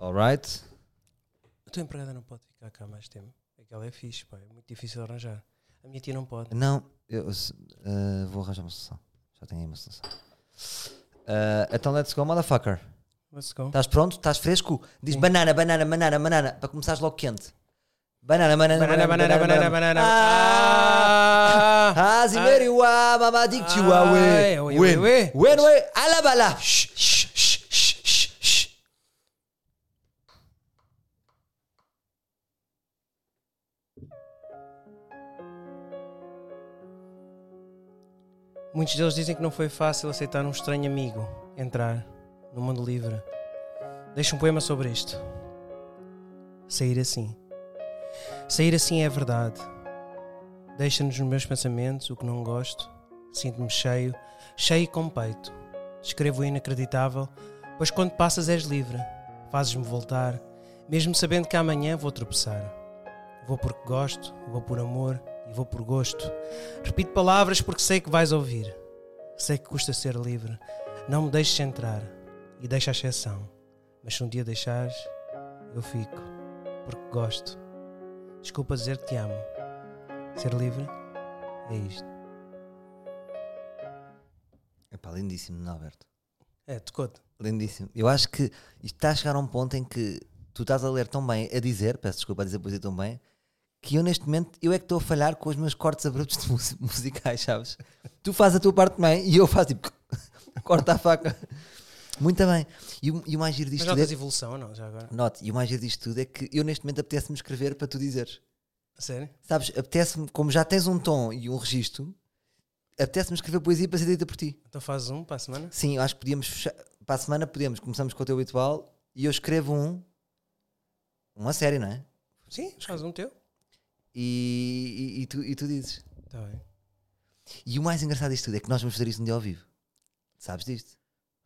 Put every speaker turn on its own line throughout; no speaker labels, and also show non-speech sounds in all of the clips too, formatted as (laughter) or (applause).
site.
A tua empregada não pode ficar cá mais tempo. É que ela é fixe, pá. É muito difícil de arranjar. A minha tia não pode.
Não, eu se- ah, vou arranjar uma solução. Já tenho aí uma solução. Ah, então let's go, motherfucker.
Let's go.
Estás pronto? Estás fresco? Diz banana, banana, banana, banana. Para começares logo quente. Banana, banana, banana, banana, banana. Ah!
Ah!
Hazi meriwa mama
Ah,
diktiwa we.
oi, oi,
Wen.
oi.
Wen we alabala. Shh, shh, shh, shh, shh, shh.
Muitos deles dizem que não foi fácil aceitar um estranho amigo, entrar no mundo livre. Deixa um poema sobre isto. Sair assim. Sair assim é a verdade. Deixa-nos nos meus pensamentos o que não gosto. Sinto-me cheio, cheio como peito. Escrevo o inacreditável, pois quando passas és livre. Fazes-me voltar, mesmo sabendo que amanhã vou tropeçar. Vou porque gosto, vou por amor e vou por gosto. Repito palavras porque sei que vais ouvir. Sei que custa ser livre. Não me deixes entrar e deixa a exceção. Mas se um dia deixares, eu fico porque gosto. Desculpa dizer que te amo. Ser livre é isto.
Epá, lindíssimo, não, Alberto.
É, tocou-te.
Lindíssimo. Eu acho que isto está a chegar a um ponto em que tu estás a ler tão bem, a dizer, peço desculpa a dizer por dizer tão bem, que eu neste momento eu é que estou a falhar com os meus cortes abruptos de mus- musicais, sabes? Tu fazes a tua parte bem e eu faço tipo, (laughs) corta a faca. Muito bem. E o, e o mais giro
Mas
disto tudo é,
notas evolução ou não, já agora?
note, e o mais giro disto tudo é que eu neste momento apetece-me escrever para tu dizeres.
A sério?
Sabes, apetece-me, como já tens um tom e um registro, apetece-me escrever poesia para ser dita por ti.
Então fazes um para a semana?
Sim, eu acho que podíamos fechar. Para a semana podemos, começamos com o teu habitual e eu escrevo um. Uma série, não é?
Sim, faz um teu.
E, e, e tu, e tu dizes.
Tá bem.
E o mais engraçado disto tudo é que nós vamos fazer isso um dia ao vivo. Sabes disto?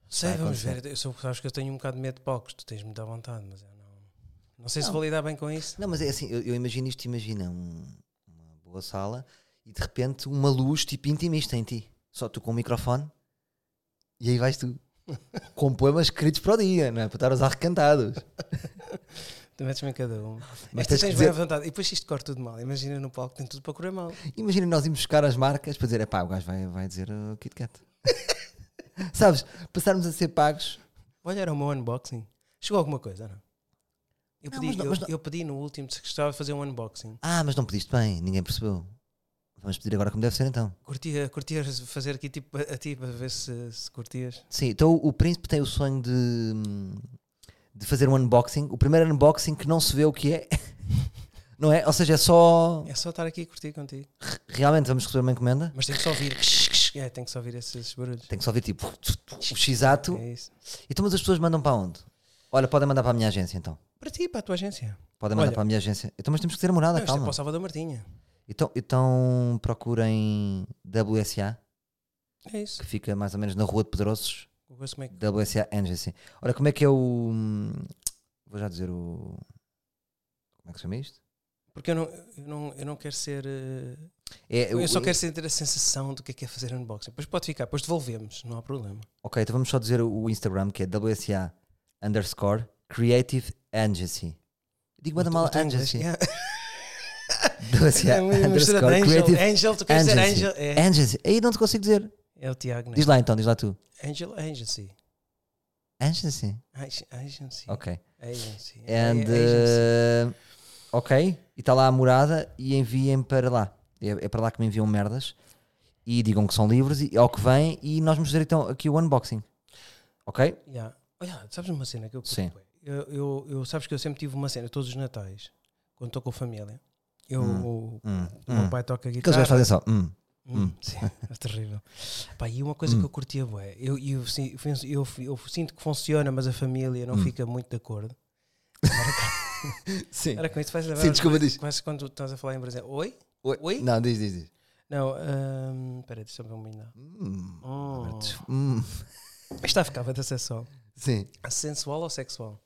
Sei,
Vai
vamos
acontecer.
ver. Eu sou, sabes que eu tenho um bocado de medo de palcos, tu tens muita vontade, mas eu não. Não sei se
Não.
vou lidar bem com isso.
Não, mas é assim, eu, eu imagino isto, imagina um- uma boa sala e de repente uma luz tipo intimista em ti. Só tu com o microfone e aí vais tu. com poemas escritos para o dia, não é? Para estar os arrecantados.
Tu metes-me em cada um.
Mas
Mas
tens
tens,
que dizer-
bem à vontade. E depois isto corre tudo mal. Imagina no palco, tem tudo para correr mal.
Imagina nós irmos buscar as marcas para dizer, é pá, o gajo vai, vai dizer o Kit Kat. (laughs) Sabes, passarmos a ser pagos.
Olha, era o meu unboxing. Chegou alguma coisa, não? Eu
Não,
pedi,
mas não-
eu,
mas não-
eu pedi no último se gostava de fazer um unboxing.
Ah, mas não pediste bem, ninguém percebeu. Vamos pedir agora como deve ser então.
Curtia, curtias fazer aqui tipo a a ti para ver se, se curtias.
Sim, então o príncipe tem o sonho de, hum, de fazer um unboxing. O primeiro unboxing que não se vê o que é. (laughs) Não é? Ou seja, é só.
É só estar aqui e curtir contigo.
Realmente vamos receber uma encomenda.
Mas tem que
(laughs)
só ouvir. É, tem que só ouvir esses, barulhos.
Tem que só ver tipo o X-ato.
É isso.
Então, mas as pessoas mandam para onde? Olha, podem mandar para a minha agência então.
Para ti, para a tua agência.
Podem mandar
Olha.
para a minha agência. Então, mas temos que ter a morada,
Não, isto é
calma.
para o Salvador Martinha.
Então, então procurem WSA,
É isso.
que fica mais ou menos na Rua de Pedrosos,
Eu gosto como é que-
WSA Agency. Ora, como é que é o. hum, Vou já dizer o. Como é que se chama isto?
Porque eu não, eu não, eu não quero ser. eh,
É,
Eu,
o-
só quero sentir a sensação do que é, que é fazer unboxing. Depois pode ficar, depois devolvemos, não há problema.
Ok, então vamos só dizer o Instagram, que é WSA underscore Creative Agency. Digo
Não
bem
tô-
mal
não tô em inglês.
Agency. (laughs)
Yeah.
WSA
(laughs) É Então, (laughs) uma mistura de
underscore
Angel.
Creative
Angel, tu queres dizer
Agency.
Angel? É,
Agency. Aí não te consigo dizer.
é o Tiago, né?
Diz lá então, diz lá tu.
Angel Agency.
Agency.
Ag- Agency.
Ok.
Agency.
And,
Agency.
uh, ok, e está lá a morada e enviem para lá. É, é para lá que me enviam merdas e digam que são livres e ao que vem e nós vamos fazer então aqui o unboxing. Ok?
Yeah. Olha, sabes uma cena que eu curto
Sim.
bué? Eu, eu, eu- sabes que eu sempre tive uma cena, todos os Natais, quando estou com a família, eu, o,
Hum,
o meu
hum.
pai toca
Aqueles
guitarra.
gajos fazem só. hum.
Hum, Sim, (laughs) é terrível. Pá, e uma coisa que eu curtia, bué, eu, eu, sim- eu, eu, eu sinto que funciona, mas a família
Hum.
não fica muito de acordo.
Sim.
Era com isso faz lembrar.
Sim, desculpa, diz.
Mas quando estás a falar em brasileiro, oi?
Oi?
Oi?
Não, diz, diz, diz.
Não, hum, espera, deixa eu ver um ainda.
Hum.
Oh.
Hum.
Isto Está a ficar bastante sexual.
Sim.
Sensual
(laughs)
ou sexual?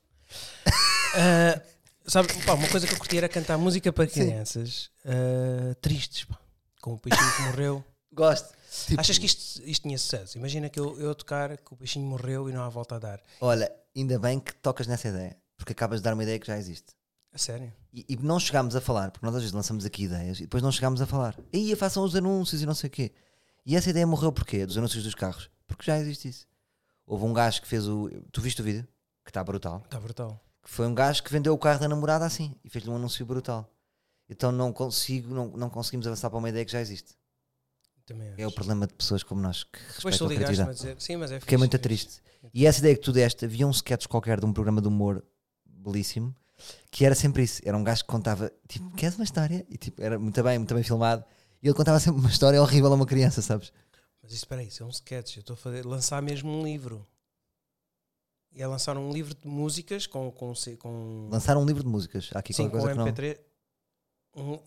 Ah, sabe, pá, uma coisa que eu curti era cantar música para crianças ah, tristes, pá. Com o peixinho que morreu.
Gosto. (laughs) Tipo,
Achas que isto, isto tinha sucesso? Imagina que eu, eu a tocar, que o peixinho morreu e não há volta a dar.
Olha, ainda bem que tocas nessa ideia. Porque acabas de dar uma ideia que já existe.
A sério?
E, e não chegámos a falar, porque nós às vezes lançamos aqui ideias e depois não chegámos a falar. E aí façam os anúncios e não sei o quê. E essa ideia morreu porquê? Dos anúncios dos carros. Porque já existe isso. Houve um gajo que fez o. Tu viste o vídeo? Que está brutal.
Está brutal.
Que foi um gajo que vendeu o carro da namorada assim e fez-lhe um anúncio brutal. Então não consigo, não, não conseguimos avançar para uma ideia que já existe.
Também
É o
acho.
problema de pessoas como nós que
Depois
respeitam
tu
a
ligaste-me a
criatividade.
dizer. Sim, mas é
Fiquei
fixe,
muito
é fixe.
triste. E essa ideia que tu deste, havia um sketch qualquer de um programa de humor belíssimo, que era sempre isso. Era um gajo que contava, tipo, queres uma história? E tipo, era muito bem, muito bem filmado. E ele contava sempre uma história horrível a uma criança, sabes?
Mas isso, espera aí, isso é um sketch. Eu estou a fazer, lançar mesmo um livro. E é lançar um livro de músicas com. com, se- com
Lançaram um livro de músicas. Há aqui
sim, com
qualquer coisa que não.
MP3.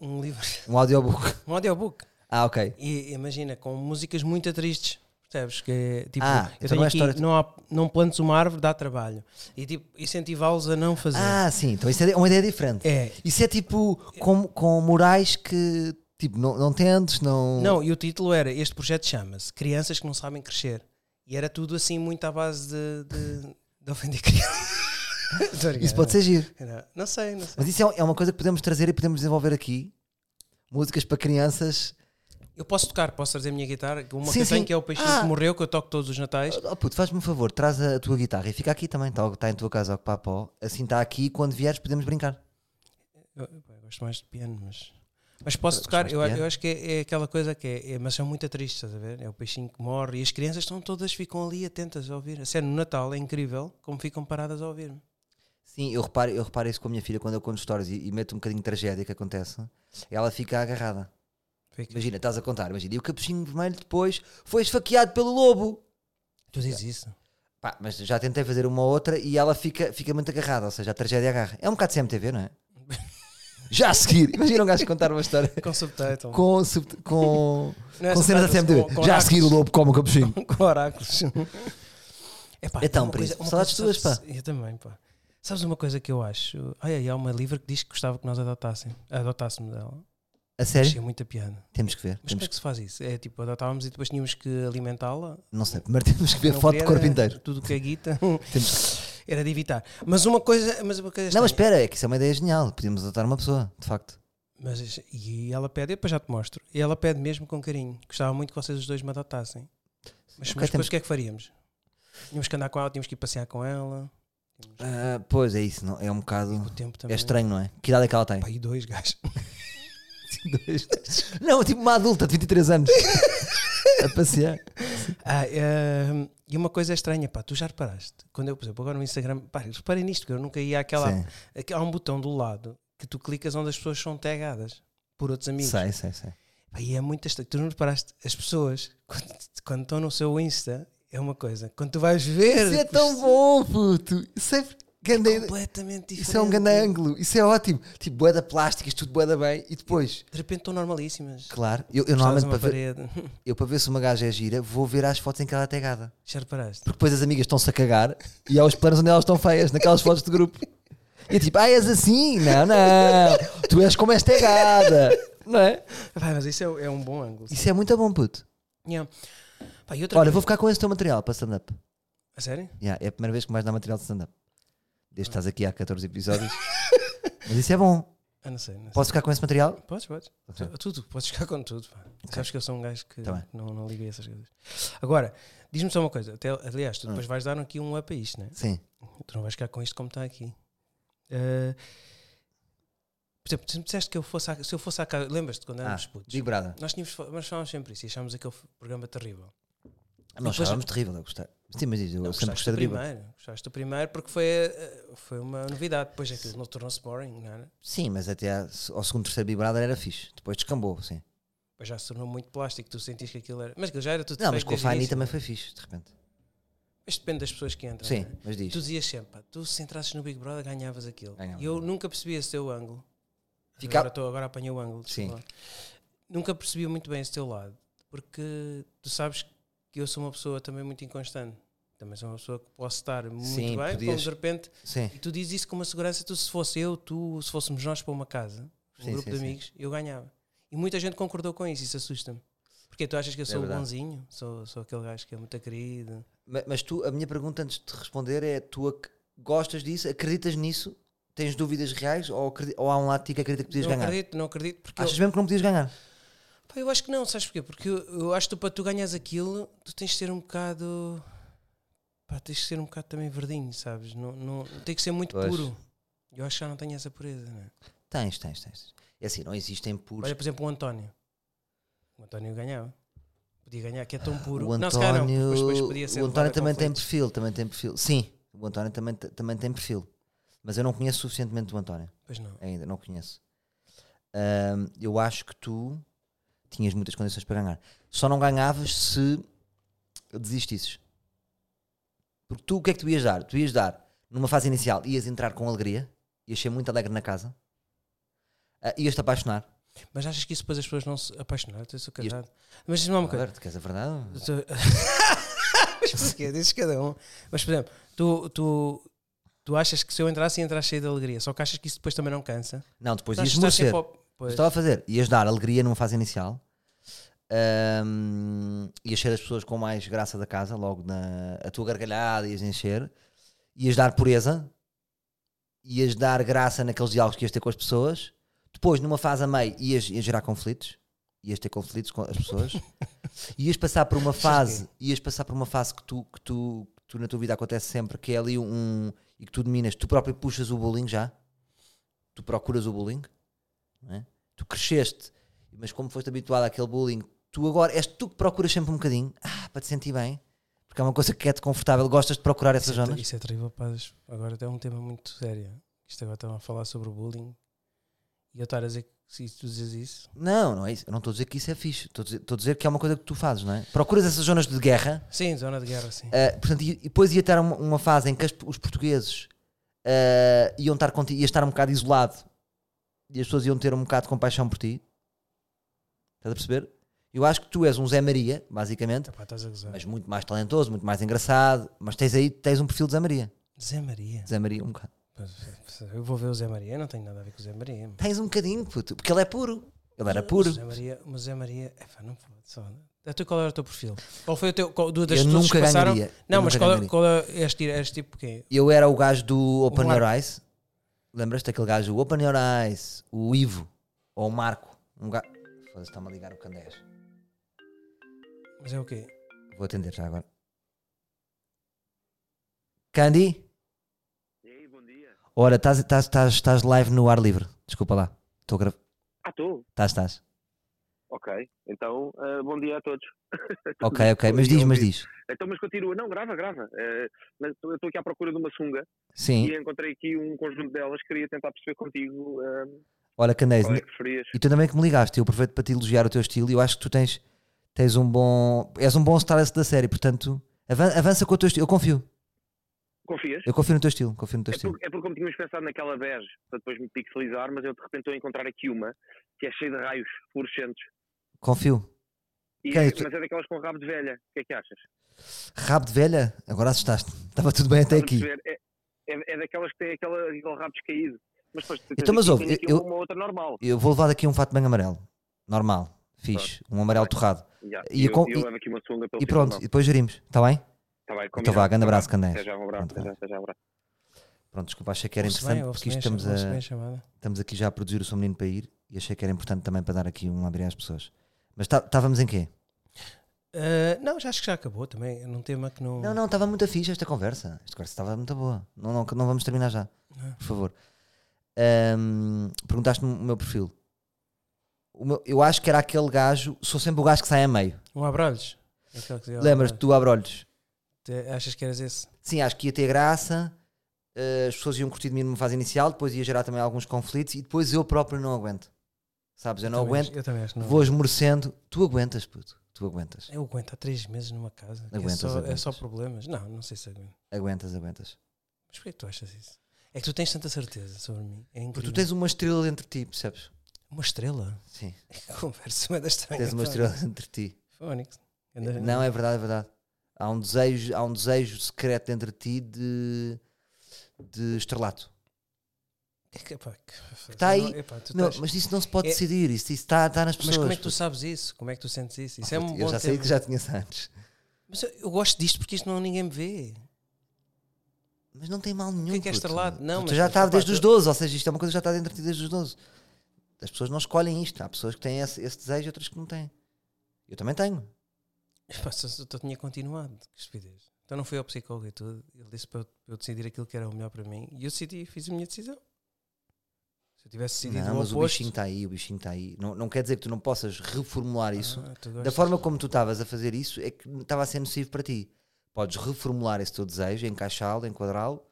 Um, um livro. (laughs)
Um audiobook.
Um audiobook.
Ah, ok.
E imagina, com músicas muito tristes. Percebes? Que é, tipo,
Ah,
eu
então
tenho
não é
aqui,
história de-
não, há, não plantes uma árvore, dá trabalho. E tipo, incentivá-los a não fazer.
Ah, sim. Então isso é uma ideia diferente.
é.
Isso é tipo com, com morais que, tipo, não, não tendes, não...
Não, e o título era: Este projeto chama-se Crianças que não sabem crescer. E era tudo assim, muito à base de, de, de ofender crianças.
(laughs) Isso pode ser giro.
Não, não sei, não sei.
Mas isso é- é uma coisa que podemos trazer e podemos desenvolver aqui. Músicas para crianças.
Eu posso tocar, posso trazer a minha guitarra. Uma
Sim,
que eu tenho
sim.
que é o peixinho
Ah.
que morreu, que eu toco todos os natais.
Oh, puto, faz-me um favor, traz a, a tua guitarra e fica aqui também. Está tá em tua casa, ocupar pó. Assim está aqui e quando vieres podemos brincar.
Eu, eu gosto mais de piano, mas. Mas posso tocar,
mais
eu,
de
eu
piano?
acho que é, é aquela coisa que é, é- Mas são muito tristes, estás a ver? É o peixinho que morre e as crianças estão todas, ficam ali atentas a ouvir. A sério, no Natal é incrível como ficam paradas a ouvir-me.
Sim, eu reparo, eu reparo isso com a minha filha quando eu conto histórias e, e meto um bocadinho de tragédia que acontece. Ela fica agarrada.
Fica.
Imagina, estás a contar, imagina. E o capuchinho vermelho depois foi esfaqueado pelo lobo.
Tu dizes isso?
Pá, mas já tentei fazer uma ou outra e ela fica, fica muito agarrada, ou seja, a tragédia agarra. É um bocado CMTV, não
(laughs)
é? Já a seguir, imagina um gajo contar uma história
Com subtitle.
com, sub- com,
Não é
com cenas da
subtitles,
CMTV.
com- com
Já a
arcos.
seguir o lobo come o
(laughs)
capuchinho.
com oráculos. Epá,
Então,
uma
Príncipe,
uma
saudades
coisa-
tuas,
sabes- Eu também, pá. Sabes uma coisa que eu acho? Ai, ai, há uma livro que diz que gostava que nós adotássemos, adotássemos dela.
A sério?
Achei muita piada.
Temos que ver.
Mas como
Temos
é que se faz isso? É tipo, adotávamos e depois tínhamos que alimentá-la?
Não sei, primeiro temos que ver
Não
foto de
queria,
corpo
era
inteiro.
Tudo que a guita
(laughs) Temos-
era de evitar. Mas uma coisa. Mas uma coisa
Não, mas
estranha.
espera, é que isso é uma ideia genial. Podíamos adotar uma pessoa, de facto.
Mas- e ela pede, eu depois já te mostro. E ela pede mesmo com carinho. Gostava muito que vocês os dois me adotassem. Mas,
Ok,
mas depois
temos-
o que é que faríamos? Tínhamos que andar com ela, tínhamos que ir passear com ela.
Ah, pois é isso, não, é um
O
bocado.
tempo também.
É estranho, não é? Que idade é que ela tem?
Pá, e dois gajos. (laughs)
não, tipo uma adulta de 23
(laughs)
anos. a passear.
Ah, ehm, e uma coisa estranha, pá, tu já reparaste? Quando eu, por exemplo, agora no Instagram, pá, reparem nisto, que eu nunca ia àquela.
Sim,
aqui Há um botão do lado que tu clicas onde as pessoas são tagadas por outros amigos.
sei, sei, sei.
Pá, e é muito estranho. Tu não reparaste? As pessoas, (laughs) quando, quando estão no seu Insta, é uma coisa. Quando tu vais ver.
Isso é tão bom, puto. Isso é, grande ideia.
Completamente diferente.
isso é um grande ângulo. Isso é ótimo. Tipo, boeda plástica, isto tudo boeda bem. E depois,
De repente estão normalíssimas.
claro, eu, eu
Estás
normalmente
uma
para ver,
parede. (laughs)
eu para ver se uma gaja é gira, vou ver as fotos em que ela é tagada.
Já reparaste?
porque depois as amigas estão-se a cagar e há os planos onde elas estão feias, naquelas fotos de grupo. E é tipo, ah, és assim? Não, não, tu és como és tegada, não é?
Pá, mas isso é, é um bom ângulo.
Isso é muito bom, puto.
Yeah. Pá, e outra
Olha,
coisa-
vou ficar com esse teu material para stand-up.
A sério?
Yeah, é a primeira vez que me vais dar material de stand-up. Desde que estás aqui há 14 episódios. Mas isso é bom.
Ah, não sei. Não sei.
Posso ficar com esse material?
Podes, podes.
Ok.
Tu- Tudo, podes ficar com tudo. Pá. Sabes que eu sou um gajo que
Tá bem.
não, não liga a essas coisas. Agora, diz-me só uma coisa. Até, aliás,
Hum.
tu depois vais dar aqui um up a isto, né?
Sim.
Tu não vais ficar com isto como está aqui. Ah, por exemplo, tu me disseste que eu fosse à, se eu fosse à casa. Lembras-te quando
Ah,
éramos putos?
Big Brother.
Nós, tínhamos, fa- nós falámos sempre isso e achámos aquele f- programa terrível.
Nós
depois-
achávamos terrível, eu gostei. Sim, mas diz, eu
Não,
sempre
gostaste
gostei
do
de Big Brother.
primeiro. Gostaste do primeiro porque foi, ah, foi uma novidade. Depois aquilo não tornou-se boring, não é? era?
Sim, mas até à- ao segundo, terceiro Big Brother era fixe. Depois descambou, sim.
Depois já se tornou muito plástico. Tu sentias que aquilo era. Mas aquilo já era tudo
Não, mas
feito
com o
desde o
Fanny
início,
também
não é?
foi fixe, de repente.
Mas depende das pessoas que entram.
Sim,
não é?
mas diz.
Tu dizias sempre, pá, tu se entrasses no Big Brother ganhavas aquilo.
Ganhava.
E eu nunca percebi esse teu ângulo.
Fica-
Agora, estou agora apanhei o ângulo. desculpa
Sim.
lá. Nunca percebi muito bem esse teu lado. Porque tu sabes que eu sou uma pessoa também muito inconstante. Também sou uma pessoa que posso estar muito
Sim,
bem,
podias-
como de repente.
Sim.
E tu dizes isso com uma segurança. Tu, se fosse eu, tu, se fôssemos nós para uma casa, um
Sim,
grupo
sim,
de
sim.
amigos, eu ganhava. E muita gente concordou com isso. Isso assusta-me. Porque tu achas que eu sou o
verdade.
bonzinho? Sou, sou aquele gajo que é muito querido.
Ma- Mas tu, a minha pergunta antes de te responder é a tua que Gostas disso? Acreditas nisso? Tens dúvidas reais? Ou, acredi- ou há um lado de ti que acredita que podias
não
ganhar?
acredito, não acredito, porque eu,
Achas mesmo que não podias ganhar?
Pá, eu acho que não, sabes porquê? Porque eu, eu acho que tu, para tu ganhares aquilo, tu tens de ser um bocado. Pá, tens de ser um bocado também verdinho, sabes? Não, não, tem que ser muito
Pois.
puro. Eu acho que já não tenho essa pureza, né?
Tens, tens, tens. É assim, não existem puros.
Olha, por exemplo, o António. O António ganhava. Podia ganhar, que é tão puro.
Ah, o
não, se calhar não, porque
António,
depois, depois podia ser
o
levado
António
a
também tem
conflitos.
perfil, também tem perfil. Sim, o António também, te- também tem perfil. Mas eu não conheço suficientemente o António,
Pois não.
ainda não conheço. Ahm, eu acho que tu tinhas muitas condições para ganhar. Só não ganhavas se desistisses. Porque tu o que é que tu ias dar? Tu ias dar numa fase inicial, ias entrar com alegria, ias ser muito alegre na casa, ah, ias te apaixonar.
Mas achas que isso depois as pessoas não se apaixonaram? Eu sou casado. Mas diz-me lá uma coisa.
Alberto, queres a verdade?
Eu sou- (laughs) Mas porquê? Dizes cada um. Mas, por exemplo, tu, tu, tu achas que se eu entrasse, ia entrar cheio de alegria. Só que achas que isso depois também não cansa?
Não, depois
Tu achas
ias
que estás
morrer.
sempre ao- Pois.
Eu estava a fazer. Ias dar alegria numa fase inicial. Ahm, ias ser as pessoas com mais graça da casa, logo na a tua gargalhada, ias encher, ias dar pureza, ias dar graça naqueles diálogos que ias ter com as pessoas. Depois, numa fase a meio, ias, ias gerar conflitos, ias ter conflitos com as pessoas, ias passar por uma fase, ias passar por uma fase que tu, que tu, que tu na tua vida acontece sempre, que é ali um e que tu dominas, tu próprio puxas o bullying já, tu procuras o bullying, não é? tu cresceste, mas como foste habituado àquele bullying, tu agora és tu que procuras sempre um bocadinho ah, para te sentir bem, porque é uma coisa que é-te confortável, gostas de procurar essas
Isso é,
zonas.
isso é terrível, pá. Des- Agora é um tema muito sério. Isto agora estão a falar sobre o bullying. E eu estar a dizer que se tu dizes isso.
Não, não é isso. Eu não estou a dizer que isso é fixe, estou a dizer, estou a dizer que é uma coisa que tu fazes, não é? Procuras essas zonas de guerra,
Sim, zona de guerra, sim.
ah, portanto, e, e depois ia estar uma, uma fase em que as- os portugueses ah, iam estar contigo, ia estar um bocado isolado e as pessoas iam ter um bocado de compaixão por ti. Estás a perceber? Eu acho que tu és um Zé Maria, basicamente,
Epá, estás a gozar.
mas muito mais talentoso, muito mais engraçado. Mas tens aí tens um perfil de Zé Maria.
Zé Maria.
Zé Maria, um bocado.
Pois, Eu vou ver o Zé Maria, eu não tenho nada a ver com o Zé Maria.
Tens um bocadinho, puto, porque ele é puro. Ele era puro.
O Zé Maria, o Zé Maria epá, não pode, só. A tu, qual era o teu perfil? Qual foi o teu. Qual, do- das
Eu
pessoas que
nunca
passaram?
ganharia.
Não,
Eu
mas
nunca
qual, é-
ganharia.
qual é este, este tipo quê?
Eu era o gajo do Open
Marco.
Your Eyes. Lembras-te daquele gajo? O Open Your Eyes, o Ivo, ou o Marco. Um gajo. Foda-se, está-me a ligar o Candés.
Mas é o quê?
Vou atender já agora. Candy?
E aí, bom dia.
Ora, estás- estás estás- estás live no ar livre. Desculpa lá. Estou a gravar.
Ah, estou?
Estás, estás.
Ok. Então, ah, bom dia a todos.
(laughs) Ok, ok. Mas diz, mas diz.
Então, mas continua. Não, grava, grava. Ah, mas eu estou aqui à procura de uma sunga
Sim.
e encontrei aqui um conjunto delas. Queria tentar perceber contigo ah,
Olha, Candés,
qual é que farias.
E tu também que me ligaste, eu aproveito para te elogiar o teu estilo e eu acho que tu tens, tens um bom. És um bom stylist da série, portanto, avan- avança com o teu estilo. Eu confio,
Confias?
eu confio no teu estilo, confio no teu
É
estilo.
porque, é porque como tínhamos pensado naquela bege para depois me pixelizar, mas eu de repente estou a encontrar aqui uma que é cheia de raios fluorescentes.
Confio.
E
Que é
é-
isso?
mas é daquelas com rabo de velha. O que é que achas?
Rabo de velha, agora assustaste. Estava tudo bem até
Estás a
aqui.
perceber? É, é- é daquelas que têm aquela, aquele rabo descaído. Mas depois tens
Então, mas
aqui-
ouve,
tens aqui
eu-
uma outra normal.
Eu vou levar daqui um fato bem amarelo. Normal, fixe, um amarelo torrado.
Já,
E
E
com-
eu, eu
e-
levo aqui uma sunga pelo
E
cinturão.
pronto, e depois gerimos, está bem?
Tá bem,
Então vá, grande abraço, Então
Até
Candés.
já, um abraço. Até
Pronto,
já, até já, um abraço.
Pronto, desculpa, achei que era
Ouve-se bem,
interessante
ouve-se
porque isto
bem a
estamos
chama- ouve-se bem a
a,
chamada.
estamos aqui já a produzir o Som Menino para ir e achei que era importante também para dar aqui um abrir às pessoas. Mas tá- estávamos em quê?
Ah, não, já acho que já acabou também. é Num tema que não.
Não, não, estava muito fixe esta conversa. Esta conversa estava muito boa. Não, não, não vamos terminar já,
Ah.
por favor. Ahm, Perguntaste-me o meu perfil. O meu- eu acho que era aquele gajo. Sou sempre o gajo que sai a meio.
Um abrolhos. É aquele que dizia, "Oh,
Lembras-te
abrolhos".
do Abrolhos?
Te- Achas que eras esse?
Sim, acho que ia ter graça. eh, As pessoas iam curtir de mim numa fase inicial. Depois ia gerar também alguns conflitos. E depois eu próprio não aguento. Sabes? Eu não
Também acho-
aguento.
Eu também acho que não.
Vou esmorecendo. Tu aguentas, puto. Tu aguentas.
Eu aguento há três meses numa casa. que
Aguentas,
é, só, é
aguentas.
só problemas. Não, não sei se aguento.
Aguentas, aguentas.
Mas porquê que tu achas isso? É que tu tens tanta certeza sobre mim. É
Porque
incrível.
tu tens uma estrela entre ti, percebes?
Uma estrela? (laughs)
Sim.
Conversa uma das estranha.
Tens uma
pá.
estrela (laughs) entre ti.
Fónix. Anda-
Não, é verdade, é verdade. Há um desejo, há um desejo secreto entre ti de, de estrelato.
Que é que- pá, que-
Está Tá aí.
Epá, tu
Não,
estás-
mas isso não se pode
É-
decidir, isso isso está está nas
Mas
pessoas.
como é que tu sabes isso? Como é que tu sentes isso? Isso é um
Eu
bom
já sei
tema.
que já tinha antes.
Mas eu, eu gosto disto porque isto não ninguém me vê.
Mas não tem mal nenhum.
que é que é
puto.
estrelado? Não,
tu
mas-
já
mas,
está
rapaz,
desde os
eu-
12, ou seja, isto é uma coisa que já está dentro de ti desde os 12. As pessoas não escolhem isto. Há pessoas que têm esse, esse desejo e outras que não têm. Eu também tenho.
Pá, se Eu eu tinha continuado, que estupidez. Então não fui ao psicólogo e tudo. Ele disse para eu, para eu decidir aquilo que era o melhor para mim. E eu decidi, fiz a minha decisão. Se eu tivesse decidido
Não,
o
mas
oposto...
o bichinho tá está aí, o bichinho está aí. Não, não quer dizer que tu não possas reformular isso.
Ah, tu
da
gostas.
forma como tu estavas a fazer isso, é que estava a ser nocivo para ti. Podes reformular esse teu desejo, encaixá-lo, enquadrá-lo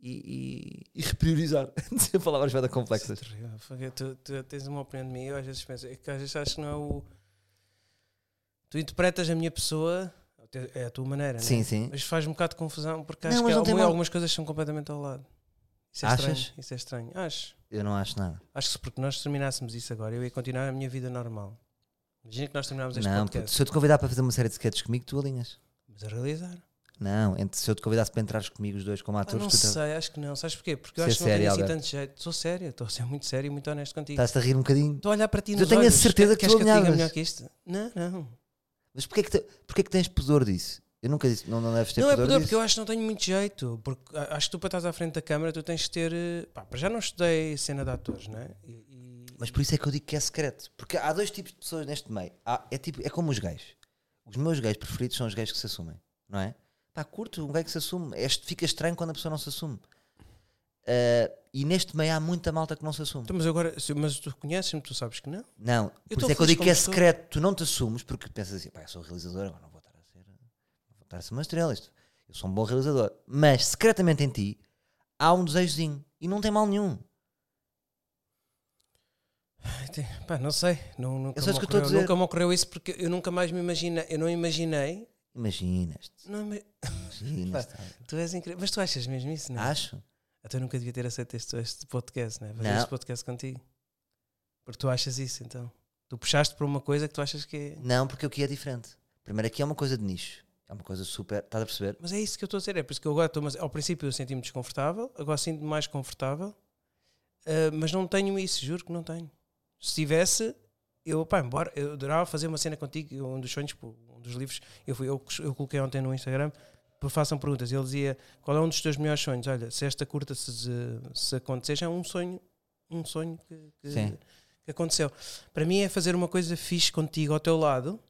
e, e, e (laughs) repriorizar. Dizer palavras bada
Isso é
complexas.
terrível. Fogo, Tu, tu tens uma opinião de mim, eu às vezes penso, é que às vezes acho que não é o. Tu interpretas a minha pessoa, é o teu- é a tua maneira, né?
Sim, sim.
Mas faz-me um bocado de confusão porque
Não,
acho
mas
que
não
há-
tem
algumas,
mal.
coisas são completamente ao lado. Isso é
Achas?
estranho. Isso é estranho. Acho.
Eu não acho nada.
Acho que se porque nós terminássemos isso agora, eu ia continuar a minha vida normal. Imagina que nós terminámos este
Não, puto,
podcast.
se eu te convidar para fazer uma série de sketches comigo, tu alinhas.
Mas a realizar.
Não, entre- se eu te convidasse para entrares comigo os dois como
Ah,
atores,
não
Ah, tu te-
sei, acho que não. Sabes porquê? Porque eu
Se é
acho que não
sério,
tenho assim
Alberto.
tanto jeito. Sou sério, estou a ser muito sério e muito honesto contigo.
estás-te a rir um bocadinho.
Estou a olhar para ti
Mas
nos
eu tenho a
olhos.
certeza que
Queres
tu
eu te diga
alinhavas.
melhor que isto? Não, não.
Mas porquê que, te- porquê que tens pudor disso? Eu nunca disse, não, não deves ter
Não é
pudor,
pudor, porque
disso.
eu acho que não tenho muito jeito. Porque a- acho que tu, para estás à frente da câmara, tu tens de ter. eh, Pá, para já não estudei cena de atores, não é? E- e-
Mas por isso é que eu digo que é secreto. Porque há dois tipos de pessoas neste meio. Há- é, tipo, é como os gays. Os meus gays preferidos são os gays que se assumem, não é? Pá, curto um gay que se assume. É, est- fica estranho quando a pessoa não se assume. Ah, e neste meio há muita malta que não se assume.
Então, mas agora, se- mas tu conheces-me, tu sabes que não.
Não, por
tô
isso é que eu
feliz
digo que é
como sou.
secreto, tu não te assumes porque pensas assim, pá, eu sou realizador, agora não vou estar a ser, não vou estar a ser uma estrela, isto. eu sou um bom realizador. Mas secretamente em ti há um desejozinho e não tem mal nenhum.
Ai, tem- Pá, não sei. Não, nunca,
Eu
me
sei o que eu estou a
ocorreu,
dizer.
nunca me ocorreu isso porque eu nunca mais me imaginei. Eu não imaginei.
Imaginas-te,
Não, me-
imaginas-te.
tu és incrível. Mas tu achas mesmo isso, não é?
Acho.
Até eu nunca devia ter aceito este, este podcast, né? Fazer
Não.
este podcast contigo. Porque tu achas isso, então. Tu puxaste por uma coisa que tu achas que é.
Não, porque aqui é diferente. Primeiro aqui é uma coisa de nicho, é uma coisa super, estás a perceber?
Mas é isso que eu estou a dizer, é por isso que eu agora estou, mas ao princípio eu senti-me desconfortável, agora sinto-me mais confortável, ah, mas não tenho isso, juro que não tenho. Se tivesse, eu, pá, embora, eu adorava fazer uma cena contigo, eu- um dos sonhos, pô, um dos livros, eu, fui, eu, eu coloquei ontem no Instagram, pô, façam perguntas, ele dizia, qual é um dos teus melhores sonhos? Olha, se esta curta se, se- se acontecer, já é um sonho, um sonho que, que-
Sim.
que aconteceu. Para mim é fazer uma coisa fixe contigo ao teu lado,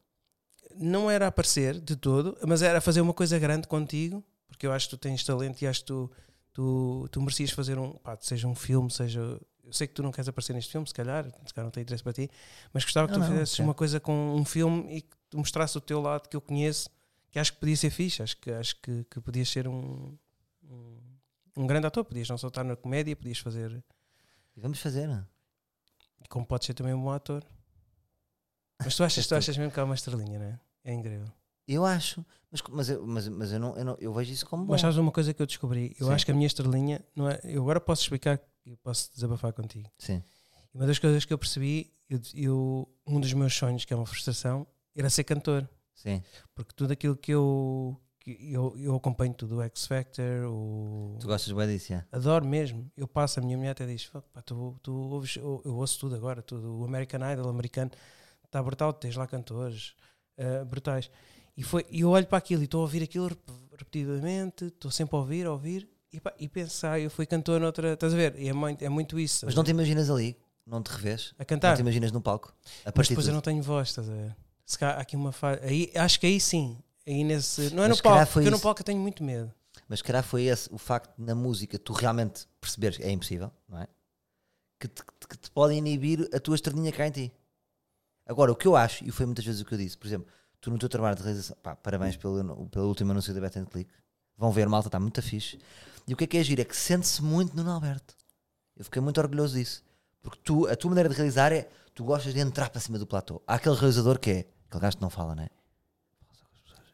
não era aparecer de todo, mas era fazer uma coisa grande contigo, porque eu acho que tu tens talento e acho que tu, tu, tu merecias fazer um, pá, seja um filme, seja. Eu sei que tu não queres aparecer neste filme, se calhar, se calhar não tem interesse para ti, mas gostava que
Não,
tu
não,
fizesses
sim.
uma coisa com um filme e que tu mostrasse o teu lado que eu conheço, que acho que podia ser fixe, acho que, acho que, que podias ser um, um, um grande ator, podias não só estar na comédia, podias fazer.
E vamos fazer.
Como podes ser também um bom ator. Mas
(laughs)
tu
É
achas, tu achas mesmo que há uma estrelinha, não é? É incrível.
Eu acho, mas, co- mas, eu, mas, mas eu, não, eu, não- eu vejo isso como bom.
Mas sabes uma coisa que eu descobri? Eu
Sim.
acho que a minha estrelinha, não é, eu agora posso explicar, eu posso desabafar contigo.
Sim.
E Uma das coisas que eu percebi, eu, eu- um dos meus sonhos, que é uma frustração, era ser cantor.
Sim.
Porque tudo aquilo que eu, que eu, eu acompanho tudo, o X Factor, o.
Tu gostas bem disso, é?
Adoro mesmo. Eu passo, a minha mulher até diz: "Fuck, pá, tu, tu ouves, eu, eu ouço tudo agora, tudo. O American Idol americano está brutal, tens lá cantores eh, brutais. E foi, e eu olho para aquilo e estou a ouvir aquilo rep- repetidamente, estou sempre a ouvir, a ouvir, e, pá, e pensar, eu fui cantor noutra. Estás a ver? E é muito, é muito isso.
Mas não te imaginas ali, não te revês,
a
não
cantar.
te imaginas num palco. A
Mas
partir
depois
de
eu não tenho voz, estás a ver? Se cá, há aqui uma fase. Aí, acho que aí sim. Aí nesse, não
Mas
é no
se calhar
palco,
foi
porque eu no
isso.
palco eu tenho muito medo.
Mas se calhar foi esse o facto de, na música tu realmente perceberes que é impossível, não é? Que te, que te- que te pode inibir a tua estrelinha cá em ti. Agora, o que eu acho, e foi muitas vezes o que eu disse, por exemplo, tu no teu trabalho de realização, pá, parabéns pelo, pelo último anúncio da Bet and Click, vão ver, malta, está muito fixe. E o que é que é giro? É que sente-se muito no Alberto. Eu fiquei muito orgulhoso disso. Porque tu, a tua maneira de realizar é, tu gostas de entrar para cima do platô. Há aquele realizador que é, aquele gajo que não fala, não é?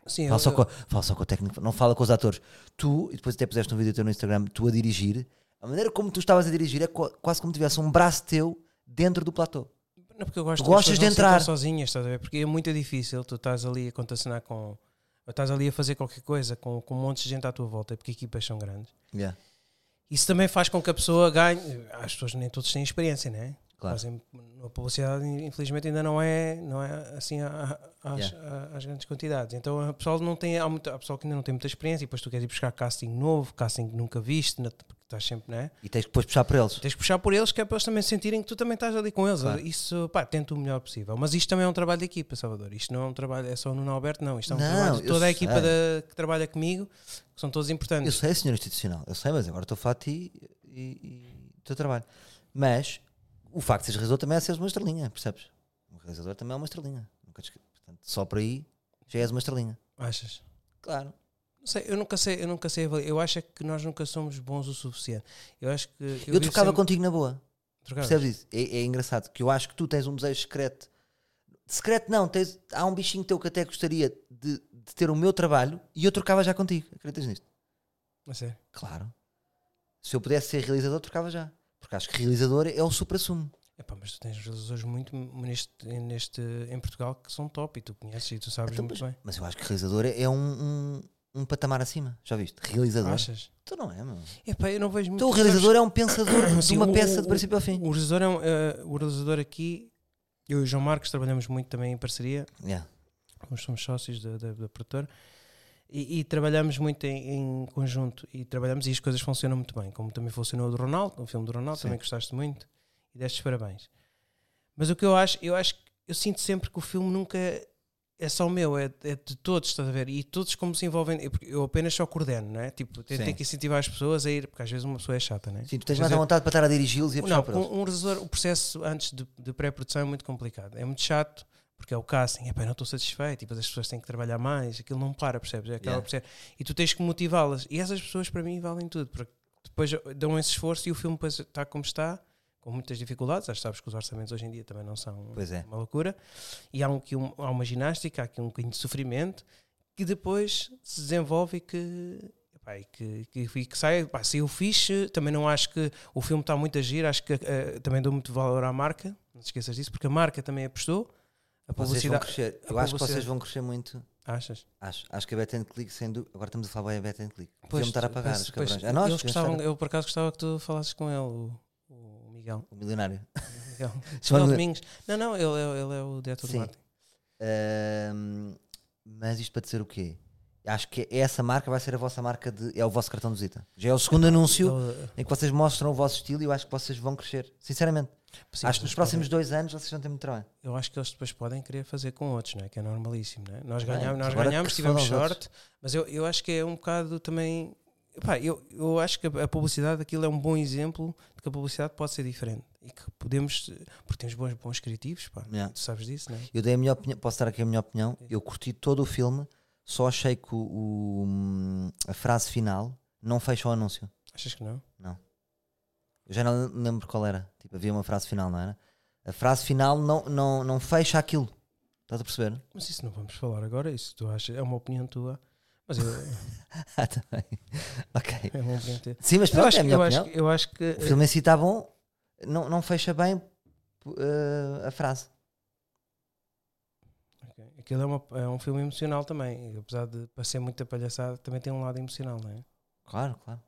Sim,
Fala
eu-
só,
eu-
com, fala só com o técnico, não fala com os atores. Tu, e depois até puseste um vídeo teu no Instagram, tu a dirigir, a maneira como tu estavas a dirigir é qua- quase como tivesse um braço teu dentro do platô.
Não, porque eu gosto
Tu gostas
as pessoas
de
não se sentam
entrar.
sozinhas, estás a ver? Porque é muito difícil tu estás ali a contacionar com. Ou estás ali a fazer qualquer coisa com, com um monte de gente à tua volta, porque equipas são grandes. Isso também faz com que a pessoa ganhe. As pessoas nem todos têm experiência, não é?
Claro.
Mas em- na publicidade, infelizmente, ainda não é, não é assim a- a- às, a- às grandes quantidades. Então, a pessoa, não tem, há muita, a pessoa que ainda não tem muita experiência e depois tu queres ir buscar casting novo, casting que nunca viste, na- porque estás sempre, né?
E tens que depois puxar por eles.
Tens que puxar por eles, que é para eles também sentirem que tu também estás ali com eles.
Claro.
Isso, pá, tenta o melhor possível. Mas isto também é um trabalho de equipa, Salvador. Isto não é um trabalho, é só o Nuno Alberto, não. Isto é um
Não,
trabalho de
eu
toda a
sei.
equipa da- que trabalha comigo, que são todos
Eu
importantes.
sei, senhor institucional, eu sei, mas agora estou a falar de ti e, e do teu trabalho. Mas o facto de seres realizador também é seres uma estrelinha, percebes? Um realizador também é uma estrelinha. Nunca te esque- Portanto, só por aí já és uma estrelinha.
Achas?
Claro.
Não sei, eu nunca sei, eu nunca sei avaliar. Eu acho é que nós nunca somos bons o suficiente. Eu acho que.
Eu,
vivo
trocava
sempre-
contigo na boa.
Trocavas?
Percebes isso? É, é engraçado que eu acho que tu tens um desejo secreto. Secreto não, tens, há um bichinho teu que até gostaria de, de ter o meu trabalho e eu trocava já contigo. Acreditas nisto?
A É sério?
Claro. Se eu pudesse ser realizador, trocava já. Porque acho que realizador é o supra-sumo.
Epá, mas tu tens realizadores muito neste, neste, em Portugal que são top e tu conheces e tu sabes
Então,
muito
mas,
bem.
mas eu acho que realizador é é um, um, um patamar acima. Já viste? Realizador.
Achas?
Tu não é, meu.
Epá, eu não vejo muito.
Então o
sabes-
realizador é um
(coughs)
pensador de
Sim,
uma
Assim, o-
peça
o-
de princípio ao fim.
O realizador, é um, eh, o realizador aqui, eu e o João Marcos trabalhamos muito também em parceria,
Yeah.
nós somos sócios da, da, da produtora e, e trabalhamos muito em, em conjunto e trabalhamos e as coisas funcionam muito bem, como também funcionou o do Ronaldo, o filme do Ronaldo,
Sim.
também gostaste muito e deste parabéns. Mas o que eu acho, eu acho que eu sinto sempre que o filme nunca é só o meu, é, é de todos, estás a ver? E todos como se envolvem, eu, eu apenas só coordeno, não é? Tipo, tenho,
Sim.
tenho que incentivar as pessoas a ir, porque às vezes uma pessoa é chata, não é?
Sim, tu tens
Mas
mais a
eu-
vontade para estar a dirigi-los e a puxar
não,
por
com
eles.
um revisor, o processo antes de, de pré-produção é muito complicado. É muito chato, porque é o casting. Epá, eu não estou satisfeito, e depois as pessoas têm que trabalhar mais, aquilo não para, percebes? É aquela
Yeah.
processo. E tu tens que motivá-las. E essas pessoas, para mim, valem tudo, porque depois dão esse esforço e o filme depois está como está, com muitas dificuldades. Já sabes que os orçamentos hoje em dia também não são
Pois é.
uma loucura. E há, um, que um- há uma ginástica, há aqui um bocadinho de sofrimento, que depois se desenvolve e que, epá, e que, que, e que sai. Pá, saiu fixe, também não acho que o filme está muito a agir, acho que eh, também dou muito valor à marca, não te esqueças disso, porque a marca também apostou. A
Vocês vão
publicidade.
crescer.
a
Eu acho que vocês
publicidade-
vão crescer muito.
Achas?
Acho, acho que a Bet and Click, sem dúvida. Agora estamos a falar bem a Bet and Click. Deviam estar a pagar
pois-
os
pois,
cabrões. A nós,
eles
que gostaram-
gostavam, eu por acaso gostava que tu falasses com ele, o, o Miguel.
o Um milionário.
(laughs) Miguel.
João
Miguel
Miguel.
Domingos. Não, não, ele é, ele é o diretor de
Sim.
marketing.
Ahm, mas isto para dizer o quê? Acho que essa marca vai ser a vossa marca de. É o vosso cartão de visita. Já é o segundo anúncio
Ele-
em que vocês mostram o vosso estilo e eu acho que vocês vão crescer. Sinceramente.
sim,
acho que
eles
nos próximos dois anos vocês vão ter muito trabalho.
eu acho que eles depois podem querer fazer com outros, não é? que é normalíssimo. Não é? Nós
Bem,
ganhámos, nós
agora
ganhámos
que se
tivemos
fala aos
sorte, mas eu, eu acho que é um bocado também. Pá, eu, eu acho que a a publicidade aquilo é um bom exemplo de que a publicidade pode ser diferente e que podemos, porque temos bons, bons criativos, pá,
Yeah.
tu sabes disso, não é?
Eu dei a minha opinião, posso dar aqui a minha opinião. Eu curti todo o filme, só achei que o- o- a frase final não fecha o anúncio.
Achas que não?
Eu já não lembro qual era. Tipo, havia uma frase final, não era? A frase final não, não, não fecha aquilo. Estás a perceber? (laughs)
Mas isso não vamos falar agora, isso tu achas, é uma opinião tua, mas eu, (laughs)
Ah, também. Ok.
é uma opinião tua.
Sim, mas
Eu
pronto,
acho,
é a
que-
minha
eu,
opinião.
acho, que- eu acho que eh,
O filme em si está bom, não, não fecha bem eh, a frase.
ok, aquilo é, uma- é um filme emocional também, e apesar de parecer muita palhaçada, também tem um lado emocional, não é?
Claro, claro.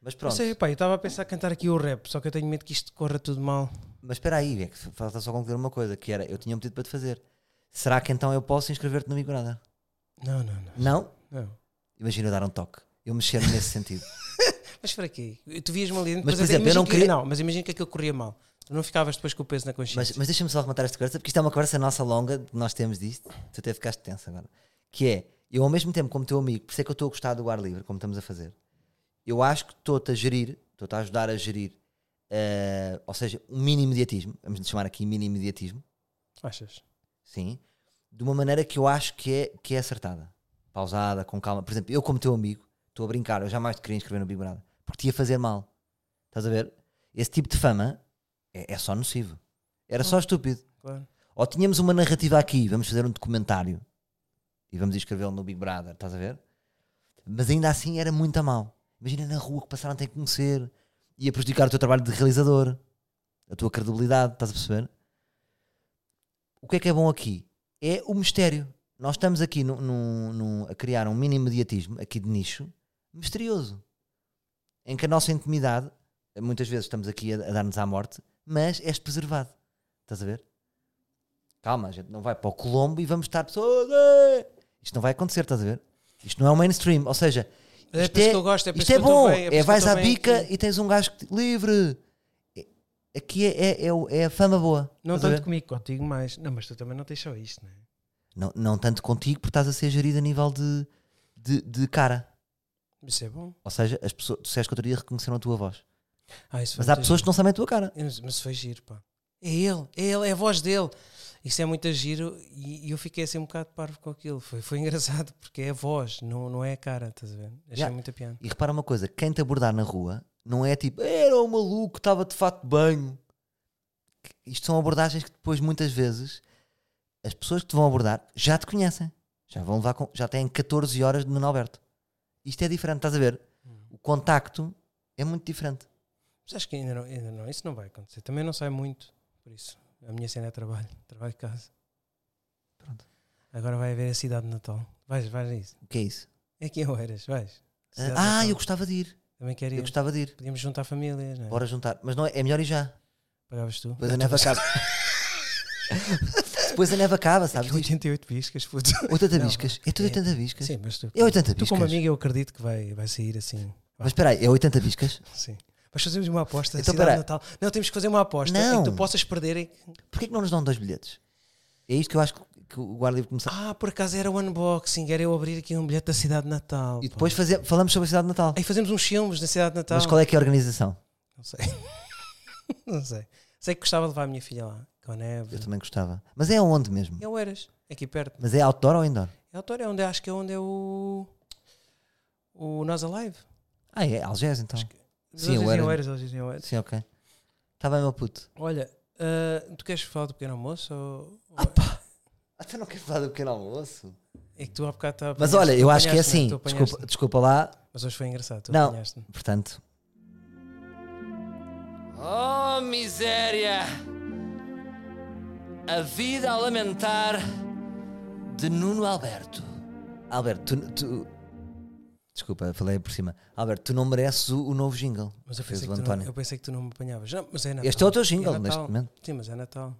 Mas
Não
pronto,
sei, pá, eu estava a pensar cantar aqui o rap, só que eu tenho medo que isto corra tudo mal.
mas espera aí, é que falta só concluir uma coisa, que era, eu tinha um pedido para te fazer. Será que então eu posso inscrever-te no Big Brother?
Não, não, não.
Não?
não.
Imagina eu dar um toque. Eu mexer nesse (laughs) sentido.
Mas para quê? Tu vias-me ali
Mas,
depois
por
até-
exemplo, eu
imagina
não
que-
queria-
Não, mas imagina que aquilo corria mal. Tu não ficavas depois com o peso na
mas
consciência.
mas deixa-me só rematar esta conversa, porque isto é uma conversa nossa longa, que nós temos disto. Tu até ficaste tenso agora. Que é, eu ao mesmo tempo, como teu amigo, por isso é que eu estou a gostar do ar livre, como estamos a fazer, eu acho que estou-te a gerir, estou-te a ajudar a gerir, eh, ou seja, um mini mediatismo, vamos chamar aqui mini mediatismo,
Achas?
sim, de uma maneira que eu acho que é, que é acertada, pausada, com calma. Por exemplo, eu, como teu amigo, estou a brincar, eu jamais te queria inscrever no Big Brother, porque te ia fazer mal. Estás a ver? Esse tipo de fama é, é só nocivo. Era só estúpido.
Claro.
Ou tínhamos uma narrativa aqui, vamos fazer um documentário e vamos escrevê-lo no Big Brother, estás a ver? Mas ainda assim era muito a mal. Imagina na rua que passaram a ter que conhecer, ia prejudicar o teu trabalho de realizador, a tua credibilidade, estás a perceber? O que é que é bom aqui? É o mistério. Nós estamos aqui num- num- num- a criar um mini mediatismo, aqui de nicho, misterioso. Em que a nossa intimidade, muitas vezes estamos aqui a, a dar-nos à morte, mas és preservado. Estás a ver? Calma, a gente não vai para o Colombo e vamos estar pessoas. "Eh!" Isto não vai acontecer, estás a ver? Isto não é um mainstream. Ou seja,
É
isto
por isso que eu gosto, é por
isto
isso
é
que eu tô
bom. é
bem, é por isso que eu
vais
tô
à
bem
bica
aqui.
e tens um gajo que te- livre. É- Aqui é, é, é, o- é a fama boa.
Não
estás a ver?
tanto comigo, contigo mais. Não, mas tu também não tens só isto, não é?
Não, não tanto contigo, porque estás a ser gerido a nível de, de, de cara.
Isso é bom.
Ou seja, as pessoas, tu disseste que outro dia reconheceram a tua voz.
Ah, isso foi
Mas há
muito
pessoas que não sabem a tua cara.
giro. Mas- Mas foi giro, pá. É ele, é ele, é a voz dele. Isso é muito giro e e eu fiquei assim um bocado parvo com aquilo. Foi, foi (laughs) engraçado porque é a voz, não, não é a cara, estás a ver? Achei
Yeah.
muita piada.
E repara uma coisa: quem te abordar na rua não é tipo, era um maluco, estava de fato de banho. Isto são abordagens que depois, muitas vezes, as pessoas que te vão abordar já te conhecem. Já vão levar com- já têm 14 horas de Nuno Alberto. Isto é diferente, estás a ver?
Hum.
O contacto é muito diferente.
Mas acho que ainda não, ainda não, isso não vai acontecer. Também não sai muito, por isso. A minha cena é trabalho, (laughs) trabalho de casa.
Pronto.
Agora vai haver a cidade de Natal. Vais, vais a isso.
O que é isso?
É aqui em Oeiras, vais. Cidade de
Ah,
Natal.
eu gostava de ir.
Também quero
Eu
ir.
gostava de ir.
Podíamos juntar famílias, não é?
Bora juntar. Mas não é, é melhor ir já.
Pagavas tu?
Depois a neve
(laughs)
acaba. Depois a neve acaba, sabes?
Aquilo 88
(laughs)
piscas, puto.
80
Não,
biscas. É tudo
é-
80 biscas.
Sim, mas tu.
É 80
Tu, como
biscas.
amigo, eu acredito que vai, vai sair assim. Vá,
Mas espera aí, é 80 biscas?
Sim. Mas fazemos uma aposta da
Então,
cidade de
pera-
Natal. Não, temos que fazer uma aposta em
Não. Então
que tu possas perder. em-
Porquê que não nos dão dois bilhetes? É isto que eu acho que- que o guarda deve começar.
Ah, por acaso era o unboxing, era eu abrir aqui um bilhete da cidade de Natal.
e
pá.
depois faze- falamos sobre a cidade de Natal.
Aí fazemos uns filmes na cidade de Natal.
Mas qual é que é a organização?
Não sei. (laughs) não sei. Sei que gostava de levar a minha filha lá, com a neve.
Eu também gostava. Mas é onde mesmo?
E ao Eras, aqui perto.
Mas é outdoor ou indoor?
É a autora, é onde acho que é onde é o. O Nós Alive.
Ah, é Algés então.
Eles
Sim, o
dizem
Oeiras.
Oeiras, eles dizem Oeiras.
Sim, ok. Está bem, meu puto.
Olha, ah, tu queres falar do pequeno almoço? Ou...
Ah, Até não quero falar do pequeno almoço.
É que tu há bocado estava.
Mas olha, eu acho que é
apanhaste-me,
assim.
tu apanhaste-me.
Desculpa, desculpa lá,
Mas hoje foi engraçado. Tu
Não.
apanhaste-me.
portanto.
Oh, miséria! A vida a lamentar de Nuno Alberto.
Alberto, tu, tu- Desculpa, falei por cima. Alberto, tu não mereces o, o novo jingle.
Mas eu
Fez
pensei,
o
que tu não,
António.
eu pensei que tu não me apanhavas. Não, mas é Natal.
Este é o teu jingle
Natal.
neste momento.
Sim, mas é Natal.